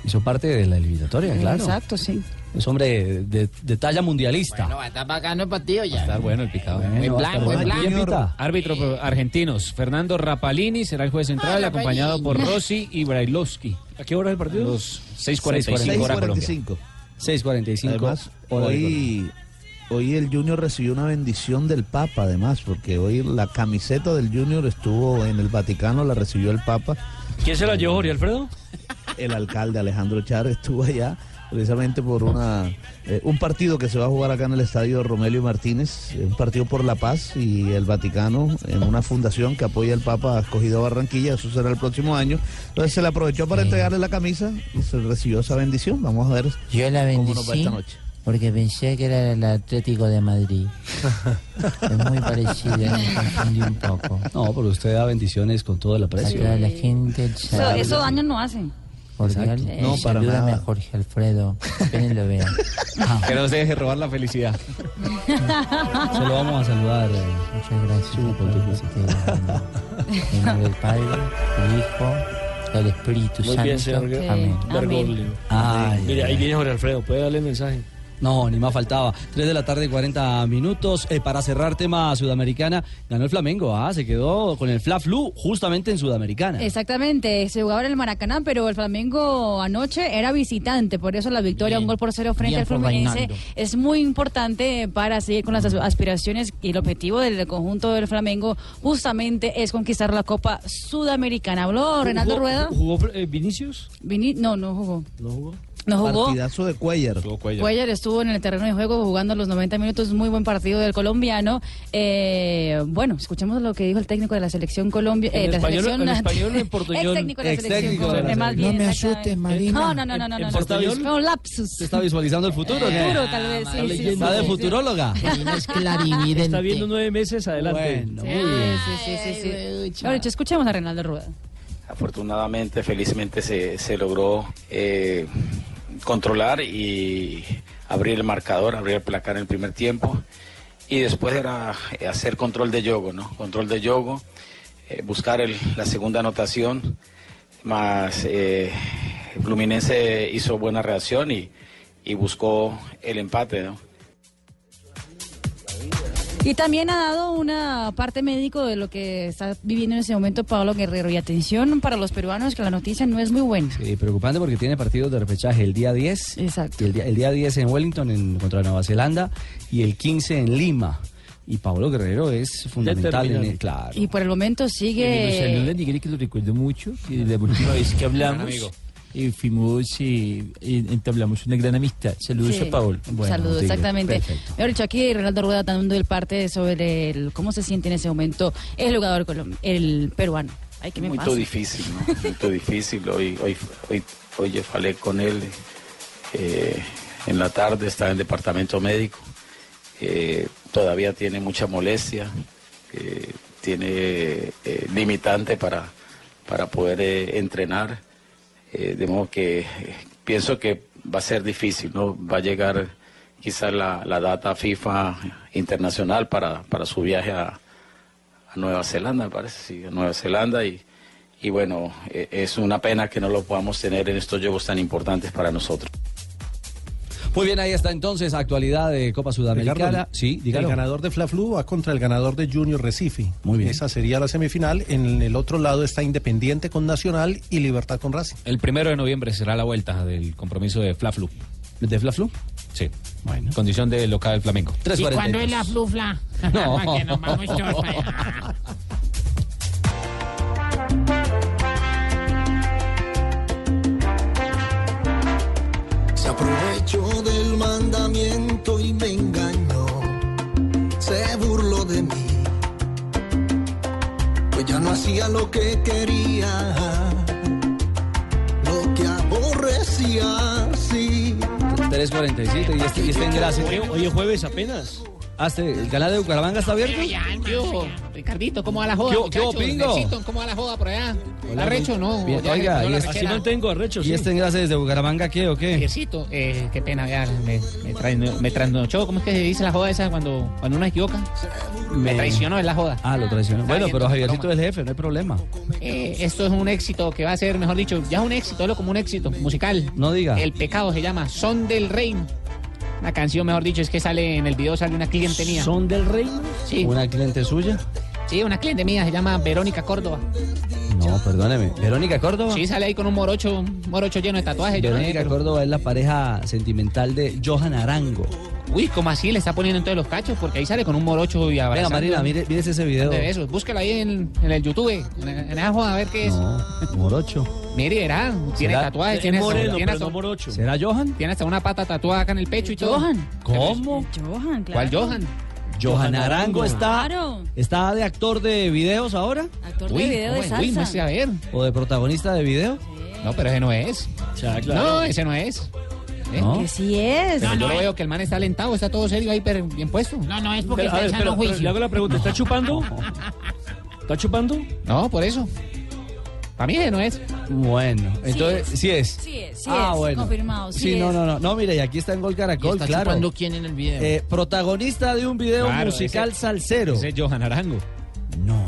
S5: Hizo parte de la eliminatoria, claro.
S13: Exacto, sí.
S5: Es hombre de, de talla mundialista.
S21: No, está bacano el partido ya.
S5: Está bueno el picado.
S21: Muy
S5: va a estar
S21: blanco,
S5: bueno.
S21: muy
S5: ¿Quién
S21: blanco.
S5: pita?
S15: Árbitro pro- argentinos, Fernando Rapalini será el juez central,
S21: Ah,
S15: acompañado por
S21: Rapalini.
S15: Rossi y Brailovsky.
S6: ¿A qué hora es el partido?
S15: Los 6.45 hora Colombia.
S5: 6.45.
S7: Además,
S5: hora de
S7: hoy, hoy el Junior recibió una bendición del Papa, además, porque hoy la camiseta del Junior estuvo en el Vaticano, la recibió el Papa.
S6: ¿Quién se la llevó, Jorge Alfredo?
S7: El alcalde Alejandro Char estuvo allá precisamente por una eh, un partido que se va a jugar acá en el estadio Romelio Martínez, eh, un partido por la paz y el Vaticano en una fundación que apoya al Papa ha escogido a Barranquilla, eso será el próximo año. Entonces se le aprovechó para entregarle la camisa y se recibió esa bendición. Vamos a ver
S21: Yo la
S7: cómo nos va
S21: bendecí
S7: esta noche.
S21: porque pensé que era el Atlético de Madrid. es muy parecido, me confundí un poco.
S5: No, pero usted da bendiciones con todo el aprecio.
S21: Saluda a la gente, el
S13: Eso,
S21: saludo
S13: eso daño no hace.
S21: cordial.
S13: Exacto.
S21: Y
S13: No, para
S21: salúdame
S13: nada.
S21: a Jorge Alfredo, apenas lo vean.
S15: Que no se deje robar la felicidad.
S5: Se lo vamos a saludar.
S21: eh. Muchas gracias por todo lo que ustedes han dado. En nombre del Padre, del Hijo, del Espíritu
S6: Muy
S21: Santo.
S6: bien, señor Ger-
S21: Amén.
S6: Bergoglio.
S21: Ay,
S6: Mire,
S21: ay,
S6: ahí viene Jorge Alfredo, puede darle mensaje.
S5: No, ni más faltaba. 3 de la tarde, 40 minutos. Eh, para cerrar tema sudamericana, ganó el Flamengo. Ah, se quedó con el Fla Flu justamente en Sudamericana.
S13: Exactamente, se jugaba en el Maracaná, pero el Flamengo anoche era visitante, por eso la victoria, un gol por cero frente
S21: bien
S13: al
S21: por
S13: Fluminense,
S21: Reinaldo.
S13: es muy importante para seguir con las as- aspiraciones y el objetivo del conjunto del Flamengo justamente es conquistar la Copa Sudamericana. ¿Habló Renaldo Rueda?
S6: ¿Jugó eh, Vinicius?
S13: Vini- no, no jugó.
S6: ¿No jugó?
S13: No jugó.
S7: Partidazo de Cuellar.
S13: Cuellar estuvo en el terreno de juego jugando los 90 minutos, muy buen partido del colombiano. Eh, bueno, escuchemos lo que dijo el técnico de la selección Colombia. eh,
S6: En
S13: de la
S6: español-
S13: selección-
S6: en español o en
S13: Ex
S6: portuñol?
S13: técnico de la
S5: Ex
S13: selección
S5: técnico de la
S13: Colombia, más
S5: selección.
S13: bien,
S5: No me
S13: exactamente.
S5: asustes, Marina.
S13: No, no, no, no, no,
S5: ¿En
S13: no, no.
S5: portuñol?
S13: Fue un lapsus.
S5: ¿Se está visualizando el futuro? o qué?
S13: Futuro, tal vez, sí, sí, sí,
S5: ¿Está de
S13: sí.
S5: futuróloga?
S13: es clarividente.
S6: Está viendo nueve meses adelante.
S5: Bueno,
S13: Sí, sí, sí, sí, sí. Ahora, escuchemos a Reinaldo Rueda.
S27: Afortunadamente, felizmente se, se logró eh, controlar y abrir el marcador, abrir el placar en el primer tiempo. Y después era eh, hacer control de yogo, ¿no? Control de yogo, eh, buscar el- la segunda anotación, más eh, Fluminense hizo buena reacción y, y buscó el empate, ¿no?
S13: Y también ha dado una parte médico de lo que está viviendo en ese momento Pablo Guerrero. Y atención para los peruanos que la noticia no es muy buena.
S5: Sí, Eh, preocupante porque tiene partidos de repechaje el día 10.
S13: Exacto.
S5: el, día, el día 10 en Wellington en- contra Nueva Zelanda y el 15 en Lima. Y Pablo Guerrero es fundamental en el,
S16: Determinante.
S5: claro.
S13: Y por el momento
S16: En los
S13: sigue...
S16: salones de Greg, que lo recuerdo mucho, que la última vez que hablamos,
S13: amigo.
S16: eh, fuimos, eh, en- entablamos una gran amistad. Saludos
S13: Sí.
S16: a Paul.
S13: Saludos, exactamente.
S16: perfecto.
S13: Mejor dicho, aquí Ronaldo Rueda dando el parte sobre el, cómo se siente en ese momento el jugador colom- el peruano. Ay, ¿qué me
S27: Muy
S13: pasa?
S27: difícil, ¿no? Muy difícil. Hoy, hoy, hoy, hoy yo falé con él eh, en la tarde, está en el departamento médico. Eh, todavía tiene mucha molestia, eh, tiene eh, limitante para, para poder eh, entrenar. Eh, de modo que eh, pienso que va a ser difícil, ¿no? Va a llegar quizás la, la data FIFA internacional para, para su viaje a, a Nueva Zelanda, me parece, sí, a Nueva Zelanda y, y bueno, e- es una pena que no lo podamos tener en estos juegos tan importantes para nosotros.
S5: Muy bien, ahí está entonces actualidad de Copa Sudamericana.
S23: Ricardo,
S5: sí,
S23: El
S5: dígalo.
S23: ganador de Fla Flu va contra el ganador de Junior Recife. Muy bien. Esa sería la semifinal. En el otro lado está Independiente con Nacional y Libertad con Racing.
S15: El primero de noviembre será la vuelta del compromiso de Fla Flu.
S5: ¿De Fla Flu?
S15: Sí. Condición de local del Flamengo.
S27: ¿Y
S24: cuándo es la flufla?
S15: No.
S24: Para que nos vamos todos para allá.
S22: Se aprovechó del mandamiento y me engañó. Se burló de mí. Pues ya no hacía lo que quería. Lo que aborrecía, sí.
S5: 3.47 y este, y este engrase.
S6: Oye, oye, jueves apenas.
S5: Hazte, ¿El canal de Bucaramanga está abierto?
S24: Yo, Ricardito, ¿cómo va la joda?
S5: ¿Qué-
S24: muchachos?
S5: qué opingo?
S24: Nexito, ¿Cómo va la joda por allá?
S5: Hola,
S24: ¿Arrecho no?
S5: Bien,
S24: Ya
S5: oiga,
S24: que
S5: y
S24: la
S5: es-
S24: rechera.
S5: así mantengo arrecho, ¿Y sí. este engrase desde Bucaramanga qué o qué?
S24: Piecito, eh, qué pena, ya, me, me, traen- me trasnochó. ¿Cómo es que se dice la joda esa cuando, cuando uno se equivoca? Me traicionó en la joda.
S5: Ah, lo traicionó. Bueno, pero
S24: Está
S5: Javiercito es el jefe, no hay problema.
S24: Eh, esto es un éxito que va a ser, mejor dicho, ya es un éxito, es como un éxito musical.
S5: No diga.
S24: El pecado se llama Son del Reino. La canción, mejor dicho, es que sale en el video, sale una cliente mía.
S5: ¿Son del Reino?
S24: Sí.
S5: ¿Una cliente suya?
S24: Sí, una cliente mía se llama Verónica Córdoba.
S5: No, perdóneme. ¿Verónica Córdoba?
S24: Sí, sale ahí con un morocho, un morocho lleno de tatuajes. eh, lleno de
S5: Oh. Verónica
S24: negro.
S5: Córdoba es la pareja sentimental de Johan Arango.
S24: Uy, ¿cómo así le está poniendo entonces los cachos? Porque ahí sale con un morocho y
S5: Venga,
S24: abrazando.
S5: Marina, mire, mire ese video.
S24: De besos. Búsquelo ahí en, en el YouTube, en, en esa joda, a ver qué es.
S5: Morocho.
S24: Mire, verá, tiene
S5: ¿Será?
S24: tatuajes,
S5: Es
S24: tiene
S5: moreno,
S24: tiene
S5: pero no morocho.
S24: ¿Será
S5: Johan?
S24: Tiene hasta una pata tatuada acá en el pecho y todo.
S13: Johan.
S5: ¿Cómo?
S13: Johan, claro.
S24: ¿Cuál Johan?
S5: Johan Arango está,
S13: Claro,
S5: está de actor de videos ahora.
S13: actor de video de salsa.
S24: a ver.
S5: ¿O de protagonista de video?
S24: No, pero ese no es.
S6: Ah,
S5: claro.
S24: No, ese no es. ¿Eh?
S5: No.
S24: Que
S13: sí es.
S24: Pero
S5: No,
S24: yo
S5: no
S24: lo veo que el man está alentado, está todo serio ahí, pero bien puesto. No, no, es
S6: Pero, a ver, pero- pero le hago la pregunta, ¿está chupando? ¿Está chupando?
S24: No, por eso. Para mí ese no es.
S5: Bueno, entonces
S24: es.
S5: sí es.
S13: Sí es, sí
S5: ah,
S13: es,
S5: bueno.
S13: confirmado, sí
S5: Sí, no,
S13: es.
S5: no, no, no, mire, y aquí está en Gol Caracol,
S24: ¿Y está
S5: claro.
S24: chupando quién en el video?
S5: Eh, protagonista de un video
S15: Claro,
S5: musical
S15: ese-
S5: salsero.
S15: Ese es Johan Arango.
S5: No.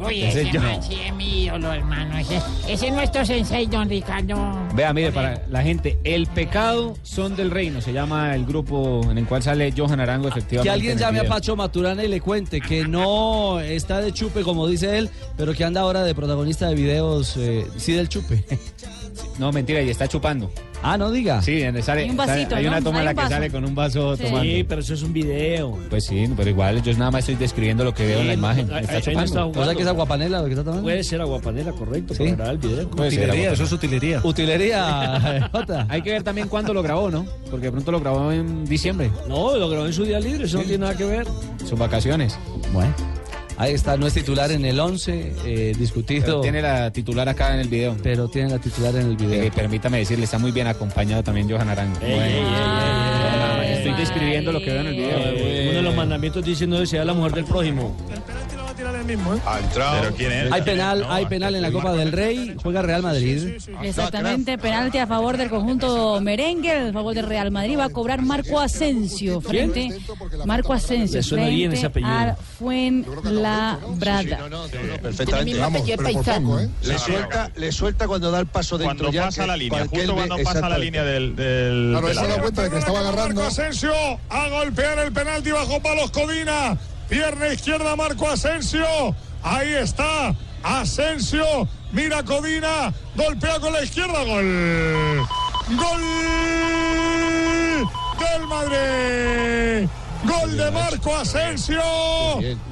S1: Uy,
S15: Ese
S1: ese
S15: yo.
S1: machi es mi ídolo, hermano. Ese, ese es nuestro sensei, don Ricardo.
S15: Vea, mire, para la gente, El Pecado Son del Reino se llama el grupo en el cual sale Johan Arango, efectivamente.
S5: Que alguien
S15: en el
S5: llame a
S15: video.
S5: Pacho Maturana y le cuente que no está de chupe, como dice él, pero que anda ahora de protagonista de videos, eh, sí del chupe.
S15: No, mentira, y está chupando.
S5: Ah, no diga.
S15: Sí, donde sale.
S5: Hay un vasito,
S15: sale- hay
S5: ¿no?
S15: una toma en
S5: Hay
S15: la
S5: un
S15: que
S5: vaso.
S15: sale con un vaso
S5: Sí.
S15: tomando.
S5: Sí,
S15: pero eso es un video. Pues sí, pero igual yo nada más estoy describiendo lo que veo en la
S6: Sí,
S15: imagen.
S6: ahí-
S15: Está
S6: ahí no
S15: chupando.
S6: está jugando. O sea que es
S5: aguapanela lo que está tomando.
S6: Puede ser aguapanela, correcto, para grabar el video.
S15: Utilería, eso es
S23: utilería.
S5: Utilería,
S15: Hay que ver también cuándo lo grabó, ¿no? Porque de pronto lo grabó en diciembre.
S6: No, lo grabó en su día libre, eso no tiene nada que ver.
S15: Sus vacaciones.
S5: Bueno. Ahí está, no es titular en el 11, eh, discutido.
S15: Pero tiene la titular acá en el video. Eh,
S5: Pero tiene la titular en el video.
S15: permítame decirle, está muy bien acompañado también Johan Arango. Bueno. No, nada más, Estoy describiendo lo que veo en el video.
S6: Uno de los mandamientos dice no desear la mujer del prójimo.
S19: Pero quién es.
S5: Hay penal, hay penal en la Copa del Rey, juega Real Madrid.
S13: Exactamente, penalti a favor del conjunto merengue, a favor del Real Madrid. Va a cobrar Marco Asensio frente. Marco Asensio
S3: Le suena
S13: frente
S3: bien ese apellido.
S13: al Fuenlabrada.
S3: Perfectamente.
S13: Pero
S3: Vamos,
S13: mira,
S3: pero por
S13: paisano.
S3: poco, ¿eh? Le suelta, le suelta cuando da el paso dentro.
S11: Cuando
S3: ya
S11: pasa
S3: que
S11: la línea,
S3: cualquier
S11: justo
S3: ve-
S11: cuando pasa la
S3: exactamente.
S11: línea del. del
S3: Claro,
S11: del
S3: él se da
S11: área.
S3: cuenta de que estaba agarrando.
S9: Marco Asensio a golpear el penalti bajo palos Codina. Pierna izquierda Marco Asensio. Ahí está. Asensio. Mira Codina. Golpea con la izquierda. Gol. Gol del Madrid. Gol de Marco Asensio.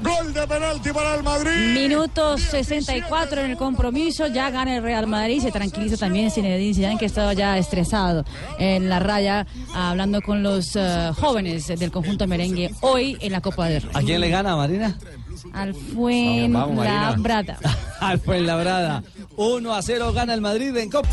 S9: Gol de penalti para el Madrid.
S13: Minuto 64 en el compromiso, ya gana el Real Madrid, se tranquiliza también Zinedine Zidane que estaba ya estresado en la raya ah, hablando con los eh, jóvenes del conjunto merengue hoy en la Copa del Rey.
S5: ¿A quién le gana, Marina?
S13: Al
S5: Vamos, vamos, Marina.
S13: Fuenlabrada.
S5: Al Fuenlabrada. 1 a 0 gana el Madrid en Copa.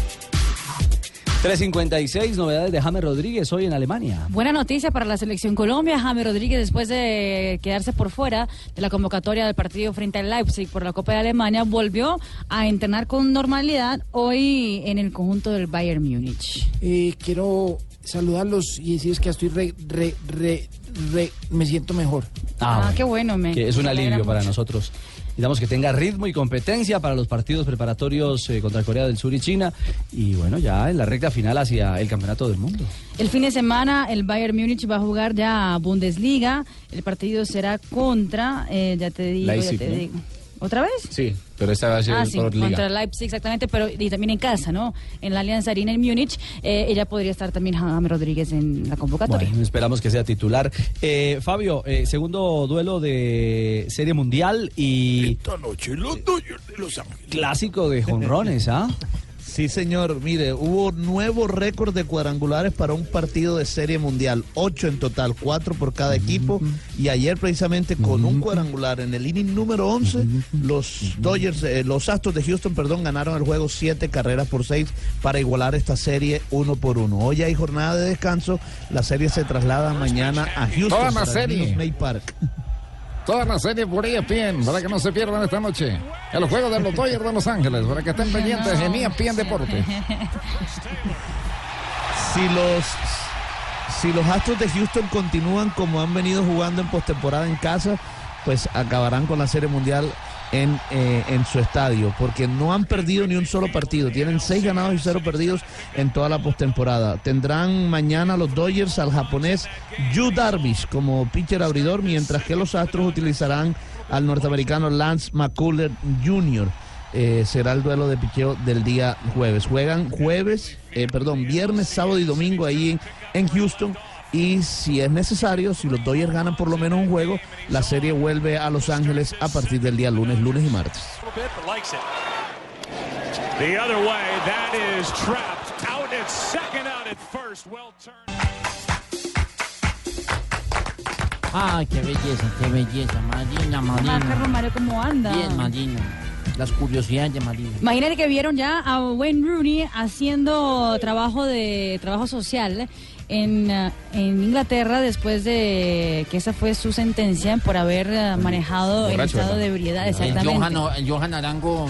S5: 3.56, novedades de James Rodríguez hoy en Alemania.
S13: Buena noticia para la selección Colombia. James Rodríguez, después de quedarse por fuera de la convocatoria del partido frente al Leipzig por la Copa de Alemania, volvió a entrenar con normalidad hoy en el conjunto del Bayern Múnich.
S20: Eh, quiero saludarlos y decirles que estoy re, re, re, re, me siento mejor.
S5: Ah, bueno.
S13: qué bueno, me.
S5: que es un
S13: me alegra
S5: alivio para
S13: mucho.
S5: nosotros. Digamos que tenga ritmo y competencia para los partidos preparatorios eh, contra Corea del Sur y China. Y bueno, ya en la recta final hacia el Campeonato del Mundo.
S13: El fin de semana el Bayern Múnich va a jugar ya a Bundesliga. El partido será contra, eh, ya te digo,
S15: Leipzig,
S13: ya te
S15: ¿no?
S13: digo. ¿Otra vez?
S15: Sí, pero esta va a ser
S13: Ah, sí,
S15: por
S13: contra
S15: liga.
S13: Leipzig, exactamente, pero y también en casa, ¿no? En la Alianza Arena en Múnich, eh, ella podría estar también James Rodríguez en la convocatoria.
S5: Bueno, esperamos que sea titular. Eh, Fabio, eh, segundo duelo de Serie Mundial y clásico de jonrones, ¿ah?
S7: Sí, señor. Mire, hubo nuevo récord de cuadrangulares para un partido de Serie Mundial. Ocho en total, cuatro por cada equipo. Y ayer, precisamente, con un cuadrangular en el inning número 11, los Dodgers, eh, los Astros de Houston, perdón, ganaron el juego siete carreras por seis para igualar esta serie uno por uno. Hoy hay jornada de descanso. La serie se traslada mañana a Houston.
S25: Toda la
S7: para el
S25: serie.
S7: Minute Maid Park.
S25: Toda la serie por ESPN, para que no se pierdan esta noche. El juego de los Dodgers de Los Ángeles, para que estén pendientes en E ESPN Deporte.
S7: Si los, si los Astros de Houston continúan como han venido jugando en postemporada en casa, pues acabarán con la Serie Mundial en, eh, en su estadio, porque no han perdido ni un solo partido. Tienen seis ganados y cero perdidos en toda la postemporada. Tendrán mañana los Dodgers al japonés Yu Darvish como pitcher abridor, mientras que los Astros utilizarán al norteamericano Lance McCuller Jr. Eh, será el duelo de picheo del día jueves. Juegan jueves, eh, perdón, viernes, sábado y domingo ahí en, en Houston. Y si es necesario, si los Dodgers ganan por lo menos un juego, la serie vuelve a Los Ángeles a partir del día lunes, lunes y martes.
S9: little bit, but likes it. The other way, that is trapped. Out at second, out at first. Well turned.
S21: Ah, qué belleza, qué belleza. Marina,
S13: Ah,
S21: Marina.
S13: Carlos Mario, ¿cómo anda?
S21: Bien, Marina. Las curiosidades de Marina.
S13: Imagínate que vieron ya a Wayne Rooney haciendo trabajo de trabajo social en, ah, en Inglaterra después de que esa fue su sentencia por haber ah, manejado el
S1: Borracho,
S13: estado
S1: ¿verdad?
S13: de ebriedad.
S1: El Johan,
S13: Exactamente.
S1: o- el Johan Arango.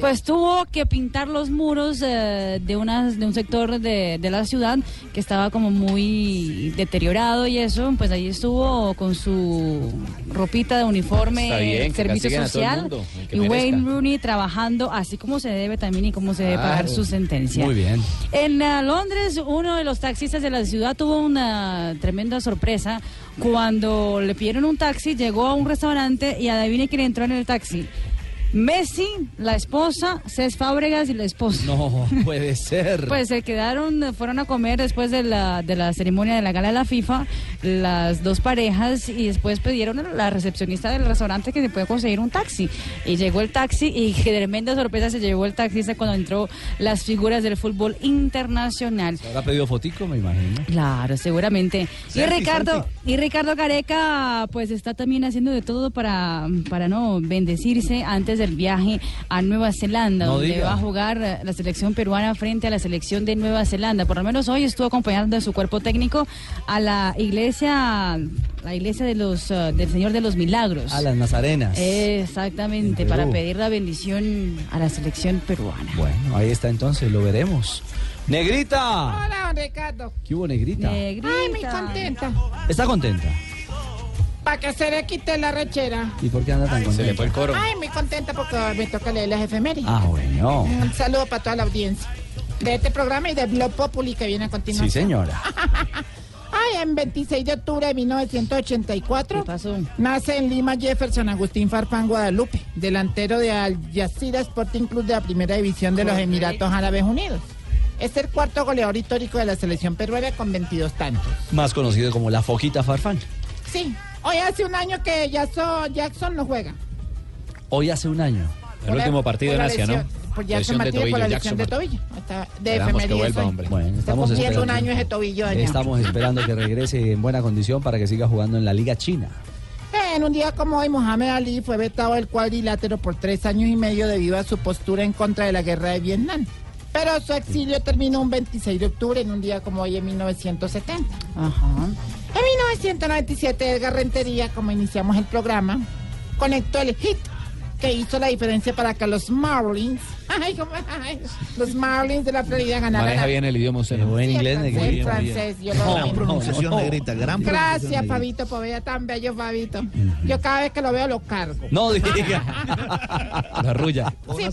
S13: Pues tuvo que pintar los muros eh, de, unas, de un sector de, de la ciudad que estaba como muy deteriorado y eso, pues ahí estuvo con su ropita de uniforme,
S11: Está bien, que
S13: servicio
S11: castiguen a todo
S13: social
S11: el mundo, el que
S13: y Wayne
S11: merezca.
S13: Rooney trabajando así como se debe también y como se debe pagar
S11: Claro.
S13: su sentencia.
S11: Muy bien.
S13: En eh, Londres, uno de los taxistas de la ciudad tuvo una tremenda sorpresa cuando le pidieron un taxi, llegó a un restaurante y adivine quién entró en el taxi. Messi, la esposa, Cés Fábregas y la esposa.
S5: No puede ser.
S13: Pues se quedaron, eh, fueron a comer después de la, de la ceremonia de la gala de la FIFA, las dos parejas, y después pidieron a la recepcionista del restaurante que se puede conseguir un taxi. Y llegó el taxi, y qué tremenda sorpresa se llevó el taxista cuando entró las figuras del fútbol internacional.
S5: Habrá pedido fotico, me imagino.
S13: Claro, seguramente. Y
S5: Selfie,
S13: Ricardo, y Ricardo Careca, pues está también haciendo de todo para, para no bendecirse antes del viaje a Nueva Zelanda,
S11: No
S13: donde
S11: diga.
S13: va a jugar eh, la selección peruana frente a la selección de Nueva Zelanda. Por lo menos hoy estuvo acompañando a su cuerpo técnico a la iglesia, la iglesia de los eh, del Señor de los Milagros.
S5: A las Nazarenas.
S13: Exactamente,
S5: En
S13: para
S5: Perú.
S13: pedir la bendición a la selección peruana.
S5: Bueno, ahí está entonces, lo veremos. Negrita.
S11: Hola, don Ricardo.
S5: ¿Qué hubo, Negrita?
S11: Ay, muy contenta.
S5: ¿Está contenta?
S11: Para que se le quite la rechera.
S5: ¿Y por qué anda tan contenta?
S11: Ay, muy contenta porque me toca leer las efemérides.
S5: Ah, bueno.
S11: Un saludo para toda la audiencia de este programa y de Blog Populi que viene a continuación.
S5: Sí, señora.
S11: Ay, en 26 de octubre de 1984 nace en Lima Jefferson Agustín Farfán Guadalupe, delantero de Al Jazeera Sporting Club de la Primera División de los
S10: Correcto.
S11: Emiratos Árabes Unidos. Es el cuarto goleador histórico de la selección peruana con 22 tantos.
S5: Más conocido como la Foquita Farfán.
S11: Sí, hoy hace un año que Jackson, Jackson no juega.
S5: Hoy hace un año.
S11: Por la- por la lesión- Por Jackson Martínez por la lesión de tobillo. Está de efemérides hoy.
S5: Bueno,
S11: Está
S5: estamos
S11: cumpliendo
S5: esperando.
S11: un año ese tobillo dañado.
S5: Estamos esperando que regrese en buena condición para que siga jugando en la Liga China.
S11: En un día como hoy, Mohamed Ali fue vetado del cuadrilátero por tres años y medio debido a su postura en contra de la guerra de Vietnam. Pero su exilio terminó un 26 de octubre, en un día como hoy, en 1970. En 1997, Edgar Rentería, como iniciamos el programa, conectó el hit que hizo la diferencia para que los Marlins, ay, cómo- ay, los Marlins de la Florida ganaran.
S15: Maneja
S11: la-
S15: bien el idioma usted. ¿no?
S5: buen inglés,
S11: francés,
S5: Negrita.
S11: el francés, yo lo-
S5: No, no, no.
S11: Gracias, Fabito, por ver tan bello, Fabito. Yo cada vez que lo veo lo cargo.
S5: No diga. La rulla.
S11: Sí,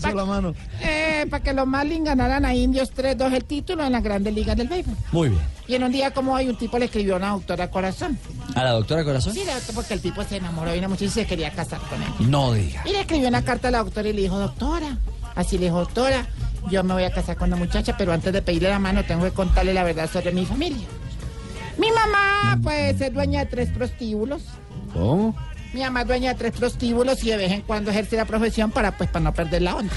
S11: para que los Marlins ganaran a Indios 3-2 el título en las grandes ligas del béisbol.
S5: Muy bien.
S11: Y en un día como hoy, un tipo le escribió a una doctora Corazón.
S5: ¿A la doctora Corazón?
S11: Sí, la doctora, porque el tipo se enamoró de una muchacha y se quería casar con él.
S5: No diga.
S11: Y le escribió una carta a la doctora y le dijo, doctora, así le dijo, doctora, yo me voy a casar con la muchacha, pero antes de pedirle la mano tengo que contarle la verdad sobre mi familia. Mi mamá, pues, es dueña de tres prostíbulos.
S15: ¿Cómo?
S11: Mi mamá es dueña de tres prostíbulos y de vez en cuando ejerce la profesión para, pues, para no perder la onda.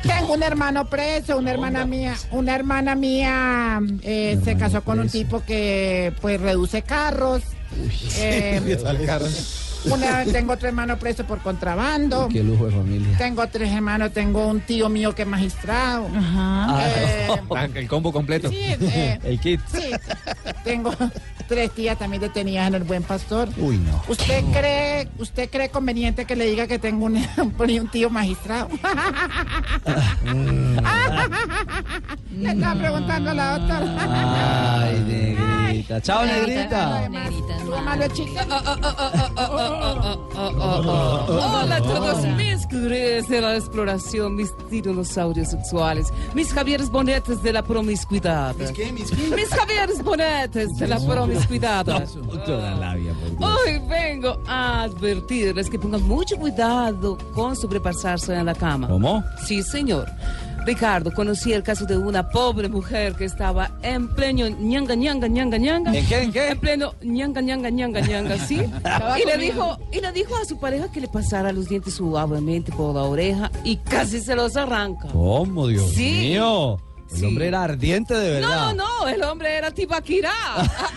S11: Tengo un hermano preso, una hermana mía, una hermana mía eh, se casó con un tipo que pues reduce carros. Eh, una- tengo otro hermano preso por contrabando.
S5: Qué lujo de familia.
S11: Tengo tres hermanos, tengo un tío mío que es magistrado. Eh,
S15: Ah, El combo completo.
S11: Sí, eh.
S5: El kit.
S11: sí, tengo tres tías también detenidas en el Buen Pastor.
S5: Uy, no.
S11: ¿Usted cree, usted cree conveniente que le diga que tengo un, un tío magistrado? le estaba preguntando a la doctora.
S5: Ay, negrita. Chao, negrita.
S11: Su malo chica.
S28: Hola a todos mis curiosos de la exploración, mis tiranosaurios sexuales, mis Javieres Bonetes de la promiscuidad. ¿Mis
S11: qué?
S28: ¿Mis Javieres Bonetes de la promiscuidad. Ah.
S5: Doctora Labia, por Dios.
S28: Hoy vengo a advertirles que pongan mucho cuidado con sobrepasarse en la cama.
S5: ¿Cómo?
S28: Sí, señor. Ricardo, conocí el caso de una pobre mujer que estaba en pleno ñanga, ñanga, ñanga, ñanga.
S5: ¿En qué, en qué?
S28: pleno ñanga, ñanga, ñanga, ñanga, ¿sí?
S11: Estaba
S28: y le
S11: comiendo.
S28: dijo, y le dijo a su pareja que le pasara los dientes suavemente por la oreja y casi se los arranca.
S5: ¿Cómo, Dios
S28: Sí.
S5: mío? El hombre era ardiente de verdad.
S28: No, no, no, el hombre era Tibaquirá.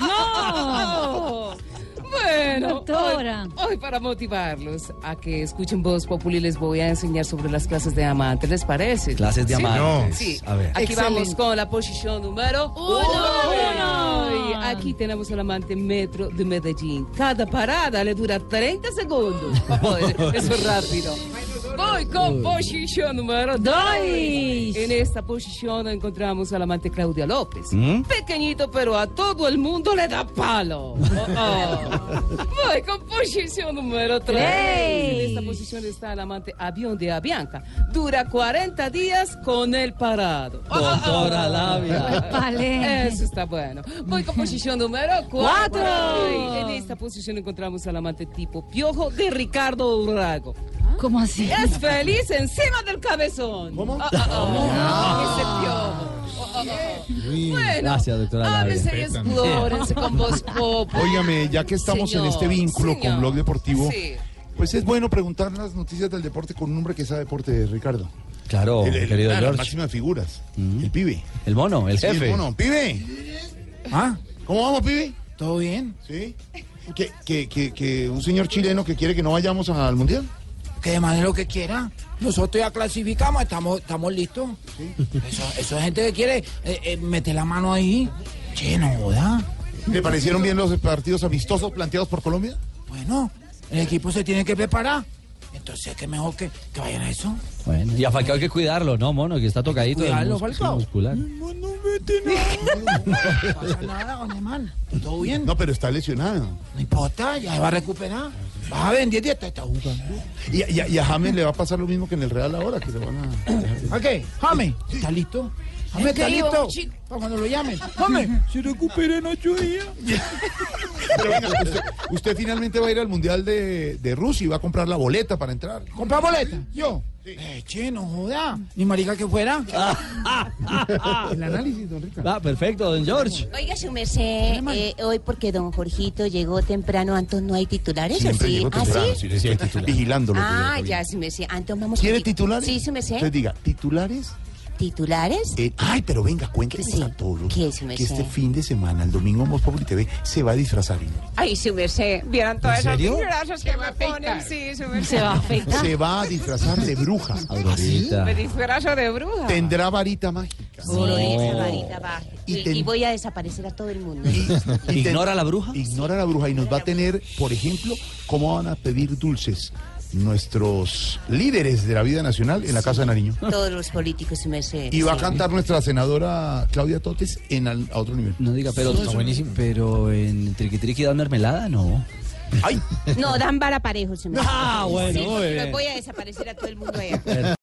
S28: no. Bueno, hoy,
S13: Doctora.
S28: hoy para motivarlos a que escuchen Voz Populi les voy a enseñar sobre las clases de amantes, ¿les parece?
S5: Clases de
S28: ¿Sí?
S5: amantes.
S28: Sí.
S5: A ver.
S28: Aquí vamos
S5: Excelente.
S28: con la posición número uno.
S13: Uno.
S28: Y aquí tenemos el amante metro de Medellín. Cada parada le dura 30 segundos. Vamos, eso es rápido. Voy con posición número dos. En esta posición encontramos al amante Claudia López.
S30: ¿Mm?
S28: Pequeñito, pero a todo el mundo le da palo. Oh, oh. Voy con posición número 3.
S13: Tres.
S28: En esta posición está el amante avión de Avianca. Dura 40 días con el parado. Oh, oh, oh.
S5: Doctora Labia.
S13: Pues, Vale.
S28: Eso está bueno. Voy con posición número 4.
S13: Cuatro.
S28: En esta posición encontramos al amante tipo piojo de Ricardo Urrago.
S13: Ah. ¿Cómo así?
S28: Es feliz encima del cabezón. Oh, ¿Cómo?
S13: Ah.
S28: Bueno,
S3: Gracias, doctora.
S28: ábrense y explórense con voz pop.
S20: Óigame, ya que estamos en este vínculo con Blog Deportivo,
S28: Sí.
S20: pues es bueno preguntar las noticias del deporte con un hombre que sabe deporte, Ricardo.
S5: Claro,
S20: el, el-
S5: querido
S20: la- las
S5: George.
S20: máximas figuras. El pibe.
S5: El mono, el
S20: Sí,
S5: jefe.
S20: mono. pibe. ¿Ah? ¿Cómo vamos, pibe? ¿Todo bien? Sí. ¿Que, que, que, que un señor chileno que quiere que no vayamos al mundial?
S1: Que demanden lo que quiera. Nosotros ya clasificamos, estamos, estamos listos. Eso, eso es gente que quiere eh, eh, meter la mano ahí. Che, no joda.
S20: ¿Le parecieron bien los partidos amistosos planteados por Colombia?
S1: Bueno, el equipo se tiene que preparar. Entonces, qué mejor que, que vayan a eso.
S5: Bueno, y a Falcao hay que cuidarlo, ¿no, mono? Que está tocadito. de
S1: Cuidarlo,
S5: músculo
S1: Falcao.
S5: Muscular.
S28: Mm.
S1: No pasa nada, don Germán. Todo bien.
S20: No, pero está lesionado.
S1: No importa, ya se va a recuperar. Vas a ver, en 10 días te está jugando.
S20: Y, y- y a James le va a pasar lo mismo que en el Real ahora, que le van a...
S1: Ok, James, ¿está listo? James,
S20: Es que
S1: Ah, ¿está
S20: iba,
S1: listo? Para cuando lo llamen. James, se recupera en 8 días.
S20: Pero venga, usted, usted finalmente va a ir al Mundial de, de Rusia y va a comprar la boleta para entrar.
S1: ¿Compra boleta? ¿Yo? Eh, che, no joda. Ni marica que fuera.
S20: El análisis, don Ricardo.
S5: Ah, perfecto, don George.
S14: Oiga, su merced, eh, hoy porque don Jorgito llegó temprano, Anton, ¿no hay titulares
S20: Siempre
S14: o sí?
S20: llego
S14: ¿Ah, sí?
S20: temprano, sí, le estoy vigilándolo.
S14: Ah, ya, su merced. Anton, vamos
S20: ¿Quiere
S14: poquito.
S20: titulares?
S14: Sí, su merced.
S20: Usted diga, ¿titulares?
S14: ¿Titulares?
S20: Eh, ay, pero venga, cuéntenos
S14: Sí.
S20: a todos
S14: ¿Qué, su
S20: que
S14: merced?
S20: este fin de semana, el domingo, Mos Populi TV se va a disfrazar.
S14: Ay, su merced, ¿vieron
S20: todo ¿En esas serio?
S14: que me ponen?
S28: Sí, su
S14: merced. Se va a afeitar.
S20: Se va a disfrazar de bruja. ¿Ah,
S5: Aurorita.
S14: Me
S28: disfrazo de bruja.
S20: Tendrá varita mágica.
S14: Colorita, varita, baja.
S20: Y
S14: Y,
S20: ten-
S14: y voy a desaparecer a todo el mundo.
S20: ¿Ignora la bruja? Ignora la bruja y nos va a tener, por ejemplo, cómo van a pedir dulces nuestros líderes de la vida nacional en la Casa de Nariño.
S14: Todos los políticos, su merced.
S20: Y va a
S14: Sí.
S20: cantar nuestra senadora Claudia Totes en al- a otro nivel.
S5: No diga, pero está buenísimo. Pero en Triqui Triqui dan mermelada, no.
S14: No, dan vara parejo, su merced.
S5: Ah, bueno,
S14: Sí,
S5: muy
S14: porque
S5: bien.
S14: Voy a desaparecer a todo el mundo allá.